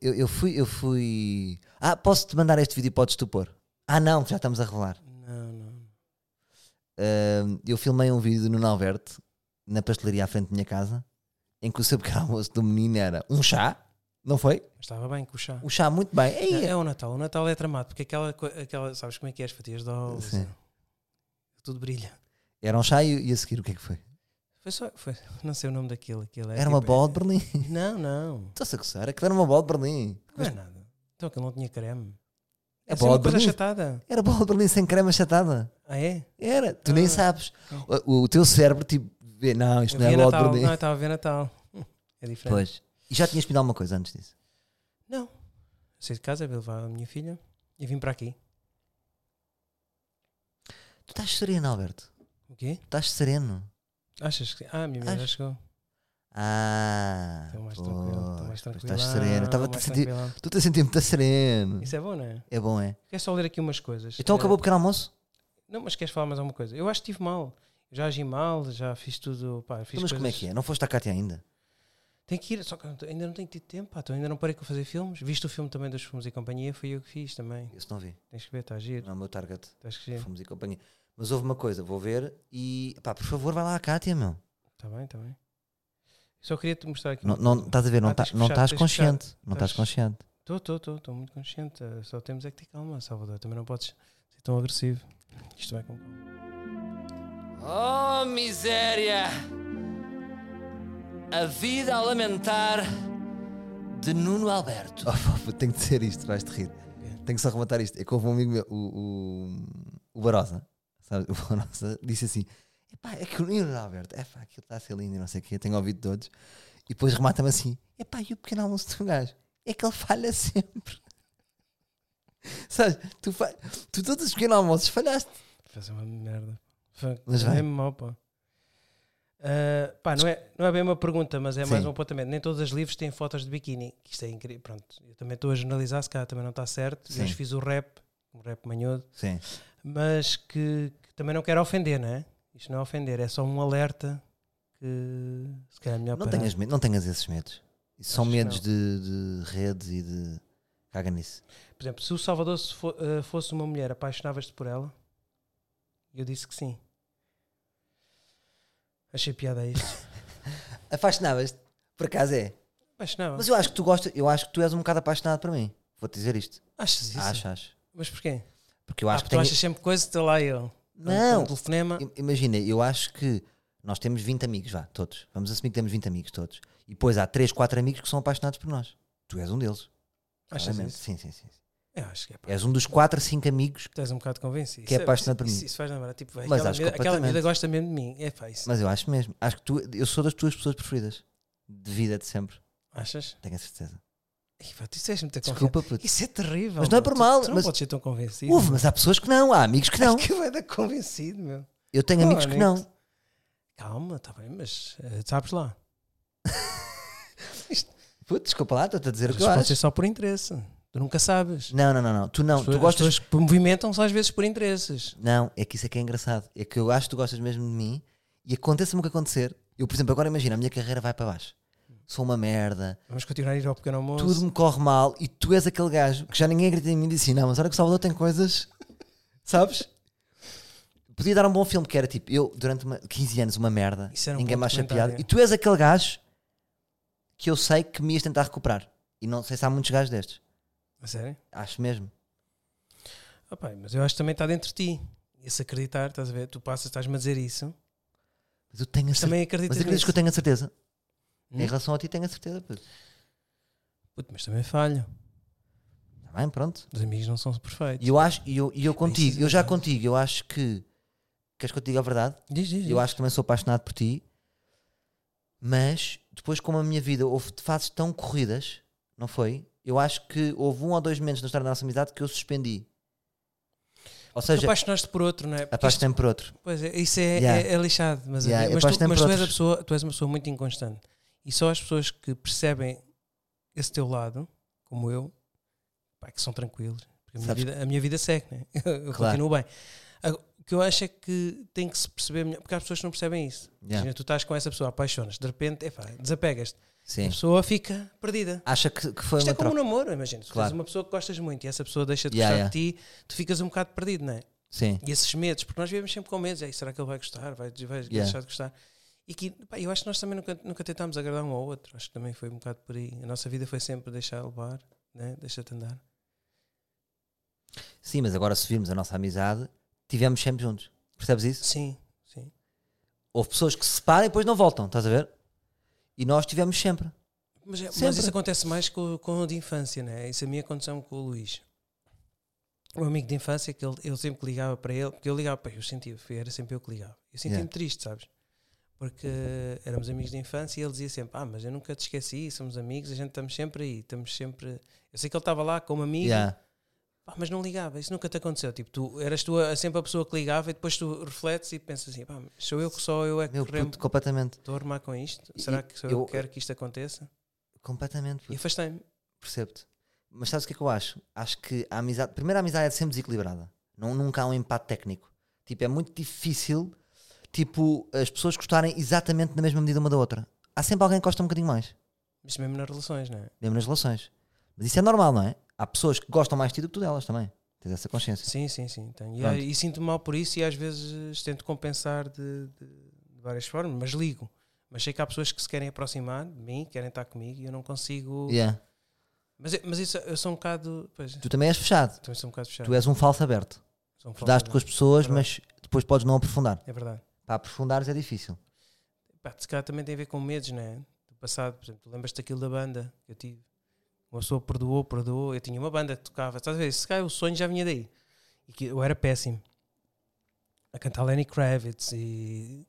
Eu, eu fui, eu fui. Ah, posso-te mandar este vídeo e podes tu pôr? Ah, não, já estamos a revelar.
Não, não.
Ahm, eu filmei um vídeo do Nuno Alberto na pastelaria à frente da minha casa em que o seu pequeno almoço do menino era um chá, não foi?
Mas estava bem com o chá.
Um chá muito bem.
Não,
Ei,
é o Natal. O Natal é tramado. Porque aquela. co- aquela sabes como é que é as fatias de ovos?
Sim.
é. Tudo brilha.
Era um chá e, e a seguir o que é que foi?
Foi só. Foi, não sei o nome daquilo. Aquilo é
Era uma
tipo-
bola de Berlim. (laughs)
Não, não.
Estás a coçar? Aquilo era uma bola de Berlim.
Não é nada. Então aquilo não tinha creme.
É
assim,
bola
uma
de
coisa
Berlim.
achatada.
Era bola de Berlim sem creme achatada.
Ah, é?
Era, tu nem
Ah.
sabes. O, o teu cérebro tipo, vê, não, isto
Eu
não é
via
bola de
Natal.
Berlim.
Não, eu estava a ver Natal. É diferente.
Pois. E já tinhas pedido alguma coisa antes disso?
Não. Saí de casa, vim levar a minha filha e vim para aqui.
Tu estás sereno, Alberto.
O quê?
Tu estás sereno.
Achas que. Ah, a minha mulher já
Acho-
chegou.
Ah,
Estou mais
pois,
tranquilo. Estou mais
pois
tranquilo.
estás tá sereno. Estava a
mais
sentir,
tranquilão.
tu te sentindo muito sereno.
Isso é bom, não é?
É bom, é?
Quero só ler aqui umas coisas.
Então
Eh,
acabou o pequeno almoço?
Não, mas queres falar mais alguma coisa? Eu acho que estive mal. Já agi mal, já fiz tudo. Pá, fiz
Então, mas como é
coisas-
que é? Não foste à Cátia ainda?
Tenho que ir, só que eu não te- ainda não tenho tido tempo. Pá, então ainda não parei com fazer filmes. Viste o filme também dos filmes e companhia? Foi eu que fiz também.
Isso não vi.
Tens que ver, está a giro.
Não é o meu target.
Estás que giro.
Fomos e companhia. Mas houve uma coisa, vou ver e. Pá, por favor, vai lá à Cátia, meu.
Está Tá bem, está bem. Só queria te mostrar aqui.
Não, não, estás a ver, não,
Ah,
tá-
tens que
não
fechar,
estás
tens que fechar.
consciente. Não estás
Estás-
consciente.
Estou, estou, estou, estou muito consciente. eh, Só temos é que ter calma, Salvador. Também não podes ser tão agressivo. Isto vai com calma.
Oh, miséria! A vida a lamentar de Nuno Alberto.
Oh, pá, tenho de dizer isto, vais-te rir. Tenho que só rematar isto. É que houve um amigo meu, o, o, o Barosa, sabe? (laughs) O Barosa disse assim: Epá, é que o Nuno Alberto, é pá, aquilo está a ser lindo e não sei o quê, tenho ouvido todos. E depois remata-me assim: Epá, e o pequeno almoço do gajo? É que ele falha sempre. (laughs) Sabes? Tu, fa- tu todos os pequenos almoços falhaste.
Fazer uma merda. Foi-
Mas vai.
é mesmo mau, pá. Ah, pá, não é, não é bem uma pergunta, mas é mais
Sim.
um apontamento. Nem todos os livros têm fotos de biquíni. que Isto é incrível. Pronto, eu também estou a jornalizar, se calhar também não está certo.
Sim.
Eu fiz o rap, um rap manhoso,
Sim.
mas que, que também não quero ofender, não é? Isto não é ofender, é só um alerta que se calhar é melhor
Não
parar.
tenhas, medo- não tenhas esses medos. Isso São
Achas que
medos
não?
de, de redes e de. Caga nisso.
Por exemplo, se o Salvador se fo- eh, fosse uma mulher, apaixonavas-te por ela? Eu disse que sim. Achei piada
(laughs)
a isto.
Apaixonavas-te? Por acaso é.
Apaixonava.
Mas eu acho que tu gostas, eu acho que tu és um bocado apaixonado para mim. Vou-te dizer isto.
Achas isso?
Acho, acho.
Mas porquê?
Porque eu
Ah,
acho que
porque tu
tenho.
achas sempre coisa, estou lá eu.
Não.
Um telefonema.
I- Imagina, eu acho que nós temos 20 amigos, vá, todos. Vamos assumir que temos 20 amigos todos. E depois há 3, 4 amigos que são apaixonados por nós. Tu és um deles.
Achas
claramente.
isso?
Sim, sim, sim.
Eu acho que é pá.
És um dos 4, 5 amigos.
Tu és um bocado convencido.
Que é
Isso
apaixonado
isso-
por mim.
Isso, isso faz lembrar. Tipo, véi,
Mas
aquela,
acho
miúda, aquela
completamente.
miúda gosta mesmo de mim. É pá, isso.
Mas eu acho mesmo. Acho que tu, eu sou das tuas pessoas preferidas. De vida de sempre.
Achas?
Tenho a certeza.
Ih, pá, tu és muito
Desculpa, puto.
Isso é terrível.
Mas não é
meu.
por
Tu-
mal,
Tu, não
mas-
podes ser tão convencido.
Houve, mas há pessoas que não. Há amigos que não.
(laughs) Acho que vai dar convencido, meu.
Eu tenho
Não,
amigos que não.
amigo. Calma, está bem, mas eh,
(laughs)
sabes lá. Isto,
Puto, desculpa lá, estou-te a dizer é o
às
que eu
vezes pode
acho.
ser só por interesse. Tu nunca sabes.
Não, não, não, não. Tu não.
As pessoas-
Tu
as
gostas.
pessoas que movimentam-se às vezes por interesses.
Não, é que isso é que é engraçado. É que eu acho que tu gostas mesmo de mim e aconteça-me o que acontecer. Eu, por exemplo, agora imagina, a minha carreira vai para baixo. Sou uma merda,
Vamos continuar a ir ao pequeno almoço.
tudo me corre mal e tu és aquele gajo que já ninguém acredita em mim e disse: assim, Não, mas olha que o Salvador tem coisas, (laughs) sabes? Podia dar um bom filme que era tipo, eu durante uma- 15 anos uma merda,
Isso era um
ninguém
bom
me acha
documentário.
piada, e tu és aquele gajo que eu sei que me ias tentar recuperar. E não sei se há muitos gajos destes.
A sério?
Acho mesmo.
Ah, pá, mas eu acho que também está dentro de ti. Esse acreditar, estás a ver? Tu passas, estás-me a dizer isso.
Mas eu tenho a
Mas
certeza.
também
Mas
acreditas
acreditas
nisso.
que eu tenho a certeza?
Hum?
Em relação a ti, tenho a certeza. Tá puto.
Puto, mas também falho.
Tá bem, pronto.
Os amigos não são perfeitos.
E eu acho, e eu, e eu contigo,
isso é
eu já
verdade.
contigo, eu acho que. Queres que eu te diga a verdade?
Diz, diz,
Eu acho que também sou apaixonado por ti, mas depois, como a minha vida houve de fases tão corridas, não foi? Eu acho que houve um ou dois momentos na história da nossa amizade que eu suspendi. Ou seja,
apaixonaste por outro, não é? Porque isto-
apaixonei-me por outro.
pois é, isso é,
Yeah.
é- é lixado. Mas,
Yeah,
mas,
apaixonei-me
tu, mas
por
tu és a
outros.
pessoa, tu és uma pessoa muito inconstante. E só as pessoas que percebem esse teu lado, como eu, pá, que são tranquilos. Porque a minha,
Sabes
vida, a minha vida segue, né? (laughs) Eu
Claro.
continuo bem. Agora, O que eu acho é que tem que se perceber melhor, porque há pessoas que não percebem isso.
Yeah.
Imagina, tu estás com essa pessoa, apaixonas, de repente, epá, desapegas-te. A
Sim.
pessoa fica perdida.
Acha que, que foi
Isto
uma
é como um
troca.
namoro, imagina. Se
Claro.
tens uma pessoa que gostas muito e essa pessoa deixa de
Yeah,
gostar de ti, tu ficas um bocado perdido, não é?
Sim.
E esses medos, porque nós vivemos sempre com medos. Aí, será que ele vai gostar? Vai, vai
Yeah.
deixar de gostar? E que, pá, eu acho que nós também nunca, nunca tentámos agradar um ao outro. Acho que também foi um bocado por aí. A nossa vida foi sempre deixar levar, né? deixa-te andar.
Sim, mas agora se virmos a nossa amizade, tivemos sempre juntos. Percebes isso?
Sim, sim.
Houve pessoas que se separam e depois não voltam, estás a ver? E nós tivemos sempre.
Mas, é- mas
Sempre.
isso acontece mais com, com o de infância, né? Isso a minha aconteceu com o Luís. Um amigo de infância que ele, eu sempre que ligava para ele, porque eu ligava para ele, eu sentia, foi- era sempre eu que ligava. Eu sentia-me
Yeah.
triste, sabes? Porque eh, éramos amigos de infância e ele dizia sempre: Ah, mas eu nunca te esqueci, somos amigos, a gente estamos sempre aí, estamos sempre. Eu sei que ele estava lá como amigo,
Yeah.
pá, mas não ligava, isso nunca te aconteceu. Tipo, tu eras tu a- sempre a pessoa que ligava e depois tu refletes e pensas assim: pá, mas sou eu que só eu é que
Meu
remo-
puto, completamente.
estou a armar com isto?
E-
Será que sou eu,
eu-
que quero que isto aconteça?
Completamente,
E
puto,
afastei-me.
percebo-te. Mas sabes o que é que eu acho? Acho que a amizade. Primeiro, a amizade é sempre desequilibrada. Não, nunca há um empate técnico. Tipo, é muito difícil, tipo, as pessoas gostarem exatamente na mesma medida uma da outra. Há sempre alguém que gosta um bocadinho mais,
Mas mesmo nas relações, não é?
mesmo nas relações. Mas isso é normal, não é? Há pessoas que gostam mais de ti do que tu delas também. Tens essa consciência.
Sim, sim, sim. Tenho.
Pronto.
E, e sinto-me mal por isso e às vezes eh, tento compensar de, de- de várias formas, mas ligo. Mas sei que há pessoas que se querem aproximar de mim, querem estar comigo e eu não consigo.
Yeah.
Mas, eu- mas isso eu sou um bocado. Pois,
Tu também és fechado.
também sou um bocado fechado.
Tu és um falso aberto.
Sou um
Tu dás-te com as
falso
pessoas, mas
Verdade.
depois podes não aprofundar.
aberto. É verdade.
Para aprofundares é difícil.
Pá, se calhar também tem a ver com medos, não é? Do passado, por exemplo, tu lembras-te daquilo da banda que eu tive? Uma pessoa perdoou, perdoou. Eu tinha uma banda que tocava, estás a ver? Se calhar o sonho já vinha daí. E que eu era péssimo. A cantar Lenny Kravitz e.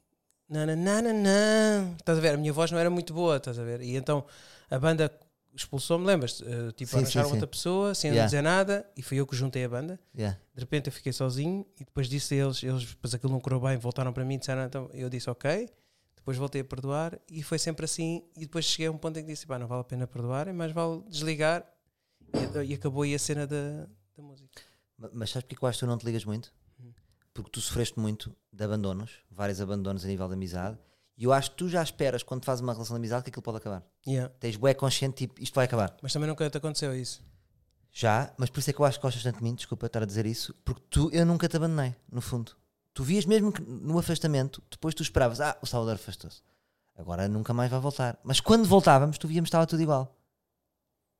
Na, na, na, na, na. Estás a ver? A minha voz não era muito boa, estás a ver? E então a banda expulsou-me, lembras-te? Eh, tipo,
Sim, sim,
arranjaram
sim.
outra pessoa sem
Yeah.
dizer nada e fui eu que juntei a banda.
Yeah.
De repente eu fiquei sozinho e depois disse a eles, eles depois aquilo não correu bem, voltaram para mim e disseram, então eu disse ok, depois voltei a perdoar e foi sempre assim. E depois cheguei a um ponto em que disse, pá, não vale a pena perdoar, mas vale desligar e, e acabou aí a cena da, da música.
Ma- Mas sabes porque é que eu acho que tu não te ligas muito? Porque tu sofreste muito de abandonos, vários abandonos a nível de amizade, E eu acho que tu já esperas quando fazes uma relação de amizade que aquilo pode acabar.
Yeah.
Tens bué consciente, tipo, isto vai acabar.
Mas também nunca te aconteceu isso.
Já, mas por isso é que eu acho que gostas tanto de mim, desculpa estar a dizer isso, porque tu, eu nunca te abandonei, no fundo. Tu vias mesmo que no afastamento, depois tu esperavas, ah, o Salvador afastou-se. Agora nunca mais vai voltar. Mas quando voltávamos, tu víamos que estava tudo igual.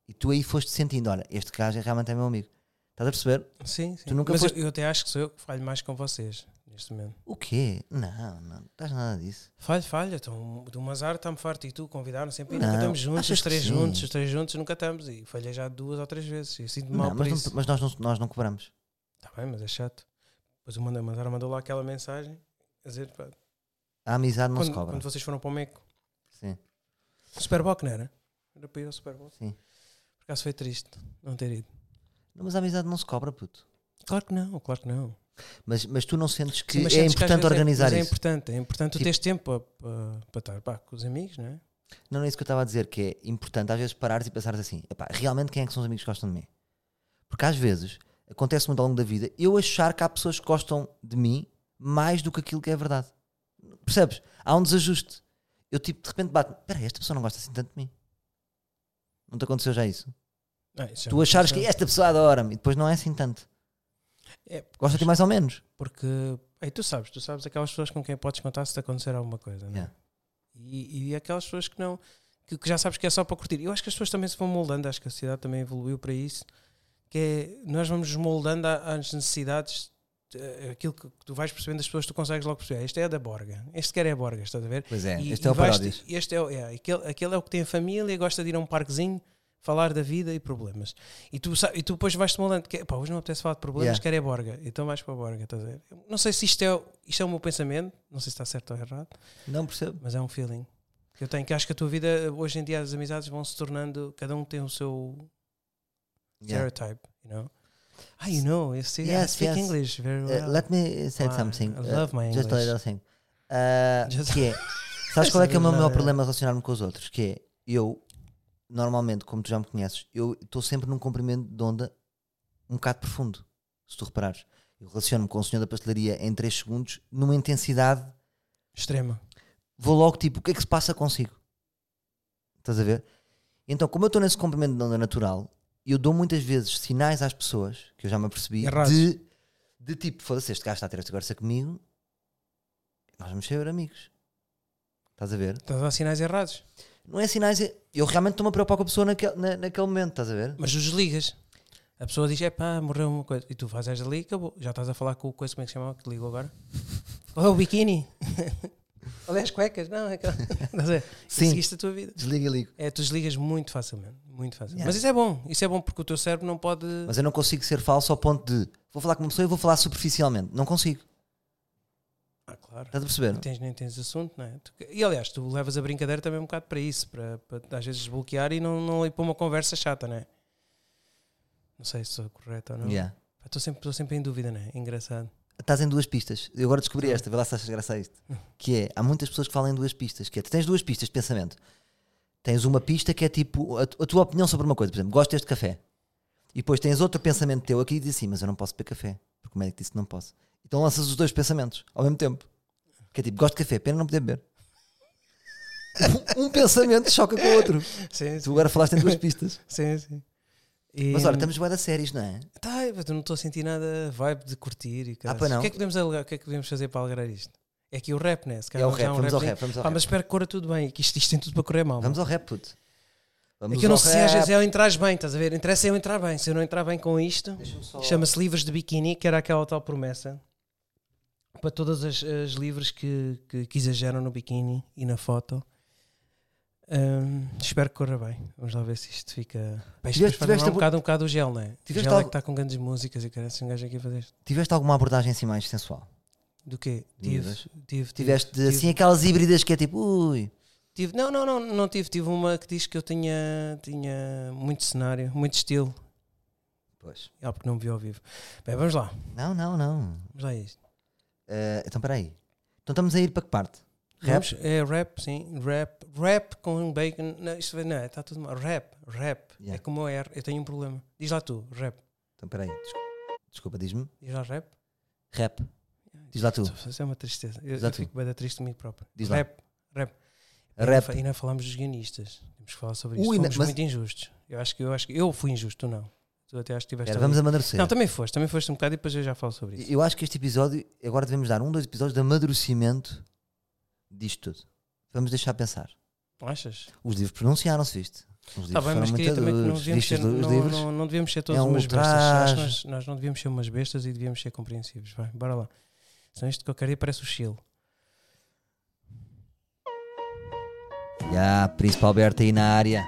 E tu aí foste sentindo, olha, este gajo é realmente é meu amigo. Estás a perceber?
Sim, sim.
Tu nunca
Mas
foste-
eu, eu até acho que sou eu que falho mais com vocês neste momento.
O quê? Não, não, não estás nada disso.
Falho, falho. Então, do Mazar está-me farto e tu convidaram sempre e
Não,
nunca estamos juntos,
achas
os três
que sim?
juntos, os três juntos nunca estamos. E falhei já duas ou três vezes. E eu sinto-me mal
Não,
por
mas, não-
isso.
mas nós, não, nós não cobramos.
Está bem, mas é chato. Depois o Manda- Mazar mandou lá aquela mensagem a dizer pá,
A amizade não
quando,
se cobra.
quando vocês foram para o Meco.
Sim,
Superboc, não era? Era para ir ao Superboc.
sim.
Por acaso foi triste não ter ido.
Não, mas a amizade não se cobra, puto.
Claro que não, claro que não.
Mas, mas tu não sentes que
Sim, mas
é
sentes que às
importante
vezes
organizar
é, mas É
isso?
importante, é importante tu
Tipo-
teres tempo para, para estar pá, com os amigos, não é?
Não, não é isso que eu estava a dizer, que é importante às vezes parares e pensares assim, "Epá, realmente quem é que são os amigos que gostam de mim? Porque às vezes, acontece muito ao longo da vida, eu achar que há pessoas que gostam de mim mais do que aquilo que é verdade. Percebes? Há um desajuste. Eu tipo, de repente bato, peraí, esta pessoa não gosta assim tanto de mim. Não te aconteceu já isso?
Ah, isso já
Tu
me
achares que
aconteceu.
esta pessoa adora-me e depois não é assim tanto.
É,
Gosta de ti mais ou menos.
porque aí tu sabes, tu sabes aquelas pessoas com quem podes contar se te acontecer alguma coisa, não é?
Yeah.
E, e aquelas pessoas que não, que, que já sabes que é só para curtir. Eu acho que as pessoas também se vão moldando, acho que a sociedade também evoluiu para isso, que é nós vamos nos moldando a- às necessidades. eh, Aquilo que que tu vais percebendo das pessoas, tu consegues logo perceber. Este é da Borga, este quer é Borga, estás a ver?
Pois é,
E-
este
e
é o
vais-
paródias.
Este é, o- é, aquele, aquele é o que tem família, gosta de ir a um parquezinho, falar da vida e problemas. E tu, sa- e tu depois vais-te molando, que, é, pá, hoje não apetece falar de problemas,
Yeah.
quero é Borga. Então vais para a Borga, estás a ver? Não sei se isto é, o- isto é o meu pensamento, não sei se está certo ou errado,
Não percebo.
mas é um feeling que eu tenho, que acho que a tua vida, hoje em dia as amizades vão se tornando, cada um tem o seu
Yeah.
stereotype, you know? Ah, you know, you see, I
Yes,
speak
yes.
English very
Uh,
well.
let me say
Wow,
something.
I love my
Uh, Just a
English.
little thing. Uh,
Just- (laughs)
que é, sabes qual é que é o meu
Não,
maior
é.
problema de relacionar-me com os outros? Que é, eu, normalmente, como tu já me conheces, eu estou sempre num comprimento de onda um bocado profundo, se tu reparares. Eu relaciono-me com o senhor da pastelaria em 3 segundos, numa intensidade,
Extrema.
vou logo tipo, o que é que se passa consigo? Estás a ver? Então, como eu estou nesse comprimento de onda natural, eu dou muitas vezes sinais às pessoas, que eu já me apercebi,
Errados.
de, de tipo, foda-se, este gajo está a ter esta conversa é comigo, nós vamos ser amigos. Estás a ver?
Estás a dar sinais errados.
Não é sinais, é- eu realmente estou-me a preocupar com a pessoa naquele, na- naquele momento, estás a ver?
Mas os desligas. A pessoa diz, é pá, morreu uma coisa. E tu fazes ali e acabou. Já estás a falar com o coisa, como é que se chama? Que ligou agora? Qual é o (laughs) biquíni? Olha as cuecas? Não, é aquela. (laughs) Estás a ver? E
Sim.
Seguiste a tua vida.
Desliga e ligo.
É, tu desligas muito facilmente. Muito facilmente.
Yeah.
Mas isso é bom. Isso é bom porque o teu cérebro não pode...
Mas eu não consigo ser falso ao ponto de vou falar com uma pessoa e vou falar superficialmente. Não consigo.
Ah, claro.
Estás a perceber?
Nem tens, nem tens assunto, não é? Tu- E aliás, tu levas a brincadeira também um bocado para isso. Para, para às vezes desbloquear e não, não ir para uma conversa chata, não é? Não sei se sou correto ou não.
Yeah.
Pá, Estou sempre, estou sempre em dúvida, não é? Engraçado.
Estás em duas pistas. Eu agora descobri esta, vê lá se achas graça a isto. Que é, há muitas pessoas que falam em duas pistas. Que é, tu tens duas pistas de pensamento. Tens uma pista que é tipo a, tu- a tua opinião sobre uma coisa, por exemplo, gosto deste café. E depois tens outro pensamento teu aqui e diz assim, mas eu não posso beber café, porque o médico disse que não posso. Então lanças os dois pensamentos ao mesmo tempo. Que é tipo, gosto de café, pena não poder beber. (laughs) um, um pensamento choca com o outro.
Sim,
Tu agora falaste em duas pistas.
Sim, sim. E-
Mas olha, estamos bué da séries, não é?
Tá, mas eu não estou a sentir nada vibe de curtir e caralho.
Ah, pois não.
O que é que podemos alugar? O que é que podemos fazer para alegrar isto? É que o rap, né? Se
É
calhar
o
vamos dar
rap,
um
vamos ao
rapzinho.
rap, vamos ao
Pá,
rap.
mas espero que corra tudo bem, que isto, isto tem tudo para correr mal.
Vamos
mano.
ao rap, puto. Vamos
é que eu não
ao
sei se às
rap.
vezes é eu entrar bem, estás a ver? Interessa é eu entrar bem. Se eu não entrar bem com isto, chama-se Livros de Biquíni, que era aquela tal promessa para todas as, as livros que, que, que exageram no biquíni e na foto. Hum, espero que corra bem. Vamos lá ver se isto fica. Bem, isto
Tiveste-
depois vai
tiveste
lembrar um,
a-
bocado, um bocado o gel, não é? O
Tiveste
gel é
algo-
que está com grandes músicas e cara, se um gajo aqui a fazer isto.
Tiveste alguma abordagem assim mais sensual?
Do quê? Tive,
Miúdas.
tive, tive,
Tiveste
tive,
assim aquelas híbridas que é tipo, ui,
tive- não, não, não, não tive. Tive uma que diz que eu tinha, tinha muito cenário, muito estilo.
pois.
Ah, porque não me viu ao vivo. Bem, vamos lá.
Não, não, não.
Vamos lá a isto.
Eh, então peraí. Então estamos a ir para que parte? Rap?
Vamos- é rap, sim. Rap. Rap com um bacon. Não, isto vai- não, está tudo mal. Rap, rap.
Yeah.
É como o R. Eu tenho um problema. Diz lá tu, rap.
Então peraí. Desculpa, desculpa diz-me.
Diz lá rap.
Rap. Diz lá tu.
Isso é uma tristeza. Eu,
Diz lá
eu
tu.
fico bem triste comigo próprio.
Diz lá.
rap. Rap.
Rap.
E ainda falámos dos guionistas. Temos que falar sobre
Ui,
isso.
não-
Fomos
mas-
muito injustos. Eu acho que eu acho que eu fui injusto, tu não. Tu até acho que tiveste.
Espera,
ali.
vamos amadurecer.
Não, também foste, também foste um bocado e depois eu já falo sobre isso.
Eu acho que este episódio, agora devemos dar um, dois episódios de amadurecimento disto tudo. Vamos deixar pensar.
Achas?
Os livros pronunciaram-se, viste? Os livros
Tá bem, mas queria também que não
duros,
devíamos
viste
ser,
os, os
não,
livros?
não, não devíamos ser todos
É um
umas bestas. Acho que
ultraje.
nós, nós não devíamos ser umas bestas e devíamos ser compreensivos. Vai, bora lá. Senão isto qualquer dia parece o Chile.
Já, Príncipe Alberto aí na área.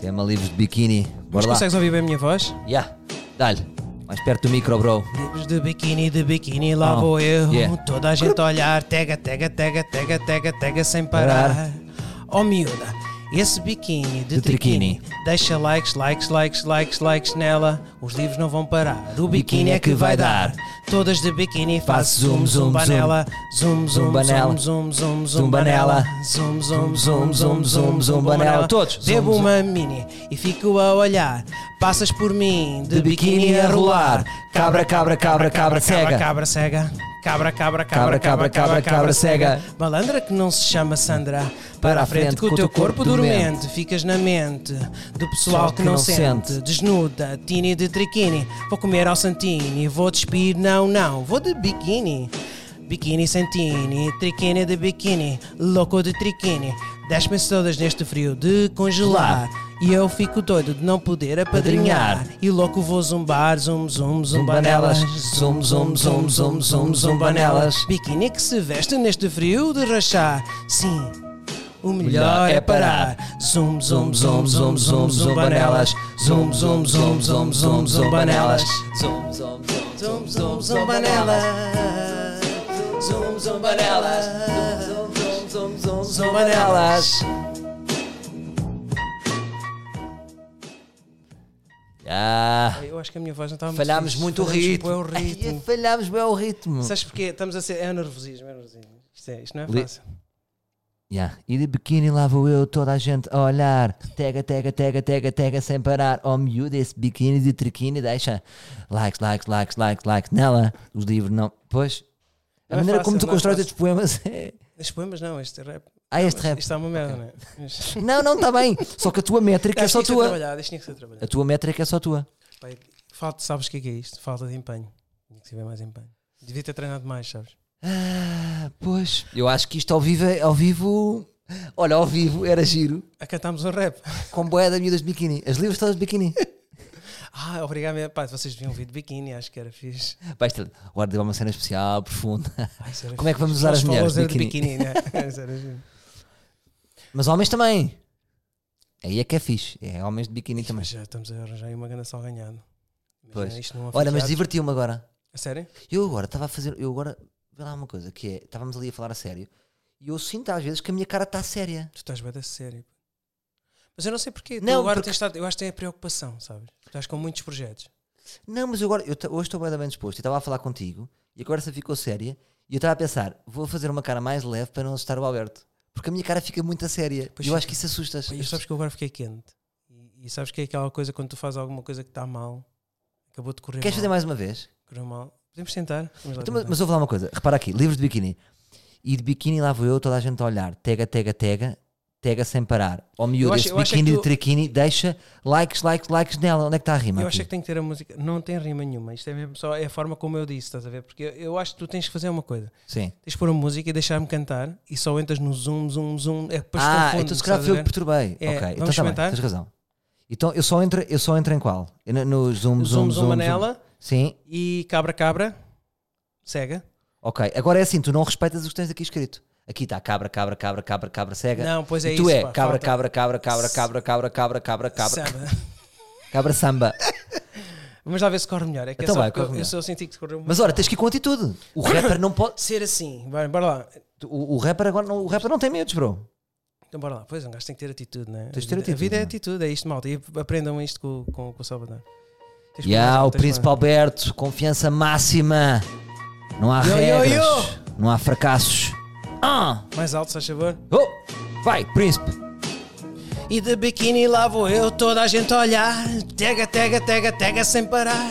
Tema livros de biquíni.
Mas
Bora lá.
consegues ouvir bem a minha voz?
Já, dá-lhe. Mais perto do micro, bro.
Livros de biquíni, de biquíni, lá
Oh,
vou eu.
yeah.
Toda a gente a olhar, tega, tega, tega, tega, tega, tega, sem parar. Oh miúda, esse biquíni de,
De
triquini,
triquini.
deixa likes, likes, likes, likes, likes nela. Os livros não vão parar, o biquíni é que vai dar. Todas de biquíni, faz zoom, zoom, banela. Zoom, zoom,
Zumba
zoom,
nela.
zoom, zoom, zoom,
Zumba
banela.
nela.
Zoom, zoom,
Zoom,
zoom, zoom,
zoom,
zoom, zoom,
zumba
banela.
nela. Todos, zoom,
Bebo
zoom.
uma mini e fico a olhar. Passas por mim, de,
De biquíni a rolar. Cabra, cabra, cabra, cabra,
Cabra,
cega.
cabra cega. Cabra,
Cabra,
cabra, cabra, cabra,
cabra, cabra,
cabra,
cabra cega.
Malandra que não se chama Sandra. Para a frente com o teu corpo dormente. Ficas na mente do pessoal que não sente. Desnuda, tini de triquini. Vou comer ao Santini. Vou despir, não, não. Vou de biquíni. Biquíni Santini, triquini de biquíni, louco de triquini. Desce-me todas neste frio de congelar. E eu fico doido de não poder apadrinhar. E louco vou zumbar, zum, zum, zumba nelas. Zum, zum, zum, zum, zum, zumba nelas. Biquíni que se veste neste frio de rachar. Sim, o melhor é parar. Zum, zum, zum, zum, zum, zumba nelas. Zum, zum, zum, zum, zum, zumba nelas.
Zum, zum, zum,
Zum, zum, zumba nelas. Zum, zumba nelas. Zum, zum, zum, zum, zumba nelas.
Já.
Eu acho que a minha voz não estava muito
Falhámos
fixe.
muito o
Falhámos
ritmo.
bué o ritmo.
Ai, Falhámos bem o ritmo.
Sabes porquê? Estamos a ser. É o nervosismo, é o nervosismo. Isto, é- isto não é
Li-
fácil.
Yeah. E de biquíni lá vou eu, toda a gente a olhar. Tega, tega, tega, tega, tega, sem parar. Oh miúdo, esse biquíni de triquini deixa. Likes, likes, likes, likes, likes. Nela, os livros não. Pois. A
Não é
maneira
fácil,
como tu
não é
constróis
fácil.
estes poemas (laughs) é.
Estes poemas não, este rap.
Ah, este
Mas
rap.
Isto é uma merda, (laughs) não é? Mas-
Não, não, está bem. Só que a tua métrica é
Isto
só
tinha que ser
tua.
trabalhado, isto tinha que ser trabalhado.
A tua métrica é só tua.
Pai, falta, sabes o que é, que é isto? Falta de empenho. Tinha que tiver mais empenho. Devia ter treinado mais, sabes?
Ah, pois. Eu acho que isto ao vivo, é- ao vivo. Olha, ao vivo era giro.
A cantarmos um rap. (laughs)
Com boé da miúdas de biquíni. As livros todas de biquíni.
Ah, obrigado, meu pai. Vocês deviam vir de biquíni, acho que era fixe.
Vais ter. Agora deu uma cena especial, profunda.
Ai, isso era
Como é que
fixe.
vamos usar
Nós
as mulheres de
falas de biquíni, né?
(laughs)
(laughs) Isso era giro.
Mas homens também. Aí é que é fixe. É homens de biquíni também.
Mas já estamos a arranjar aí uma grande salganhada. Imagina
Pois.
isto num
Olha, mas
afilhado.
divertiu-me agora.
A sério?
Eu agora estava a fazer. Eu agora. Vê lá uma coisa, que é. Estávamos ali a falar a sério. E eu sinto às vezes que a minha cara está séria.
Tu estás bem da sério. Mas eu não sei porquê. tu
Não,
agora
porque-
tens estado, eu acho que tem a preocupação, sabes? Tu estás com muitos projetos.
Não, mas eu agora. Eu ta- hoje estou bem, bem disposto. Eu estava a falar contigo. E a conversa ficou séria. E eu estava a pensar. Vou fazer uma cara mais leve para não assustar o Alberto. Porque a minha cara fica muito a séria.
Pois
e eu
fica.
acho que isso assusta. as-
Pá, E sabes que eu agora fiquei quente. E, e sabes que é aquela coisa quando tu fazes alguma coisa que está mal, acabou de correr
Queres fazer
mal.
mais uma vez?
Correu mal. Podemos tentar. Vamos lá
Então, mas,
tentar.
mas vou falar uma coisa, repara aqui, livros de biquíni. E de biquíni lá vou eu, toda a gente a olhar. Tega, tega, tega, tega sem parar. Ó
Eu
miúdo,
acho-
esse
eu acho é que
biquíni
tu-
de triquini, deixa likes, likes, likes nela. Onde é que está a rima?
eu
aqui?
acho é que tem que ter a música. Não tem rima nenhuma. Isto é mesmo só é a forma como eu disse, estás a ver? Porque eu, eu acho que tu tens que fazer uma coisa.
Sim.
Tens que pôr a música e deixar-me cantar e só entras no zoom, zoom, zoom. É depois
ah,
confunde,
então se calhar
estás a
fui eu
ver?
que perturbei.
É,
ok,
vamos
então está bem,
experimentar?
tens razão. Então eu só entro, eu só entro em qual? Eu No, no zoom, zoom,
Zoom,
zoom,
zoom,
zoom.
nela
Sim,
e cabra, cabra. Cega.
ok. Agora é assim, tu não respeitas o que tens aqui escrito. Aqui está cabra, cabra, cabra, cabra, cabra, cega.
Não, pois é
e tu
isso,
é
pá,
cabra,
falta.
cabra, cabra, cabra, cabra, cabra, cabra, cabra, cabra,
Sabe?
cabra, samba.
(laughs) Vamos lá ver se corre melhor. É que
Então
é só
vai,
porque
corre
eu, eu
melhor.
só senti que correu
Mas ora, tens que ir com atitude. O rapper não pode.
ser assim. Vai, bora lá.
O, o rapper agora não, o rapper não tem medos, bro.
Então bora lá. Pois um gajo tem que ter atitude, né?
Tens de ter
A vida- A
atitude,
vida é
não é?
atitude, é isto, malta. E aprendam isto com, com, com o Salvador. Tens que
E há
fazer,
o
tens que
Príncipe Alberto, confiança máxima. Não há
Yo, yo,
regras,
yo!
não há fracassos. Ah!
fazer. Mais alto, se faz favor.
Oh! Vai, Príncipe!
E de biquíni lá vou eu, toda a gente a olhar. Tega, tega, tega, tega sem parar.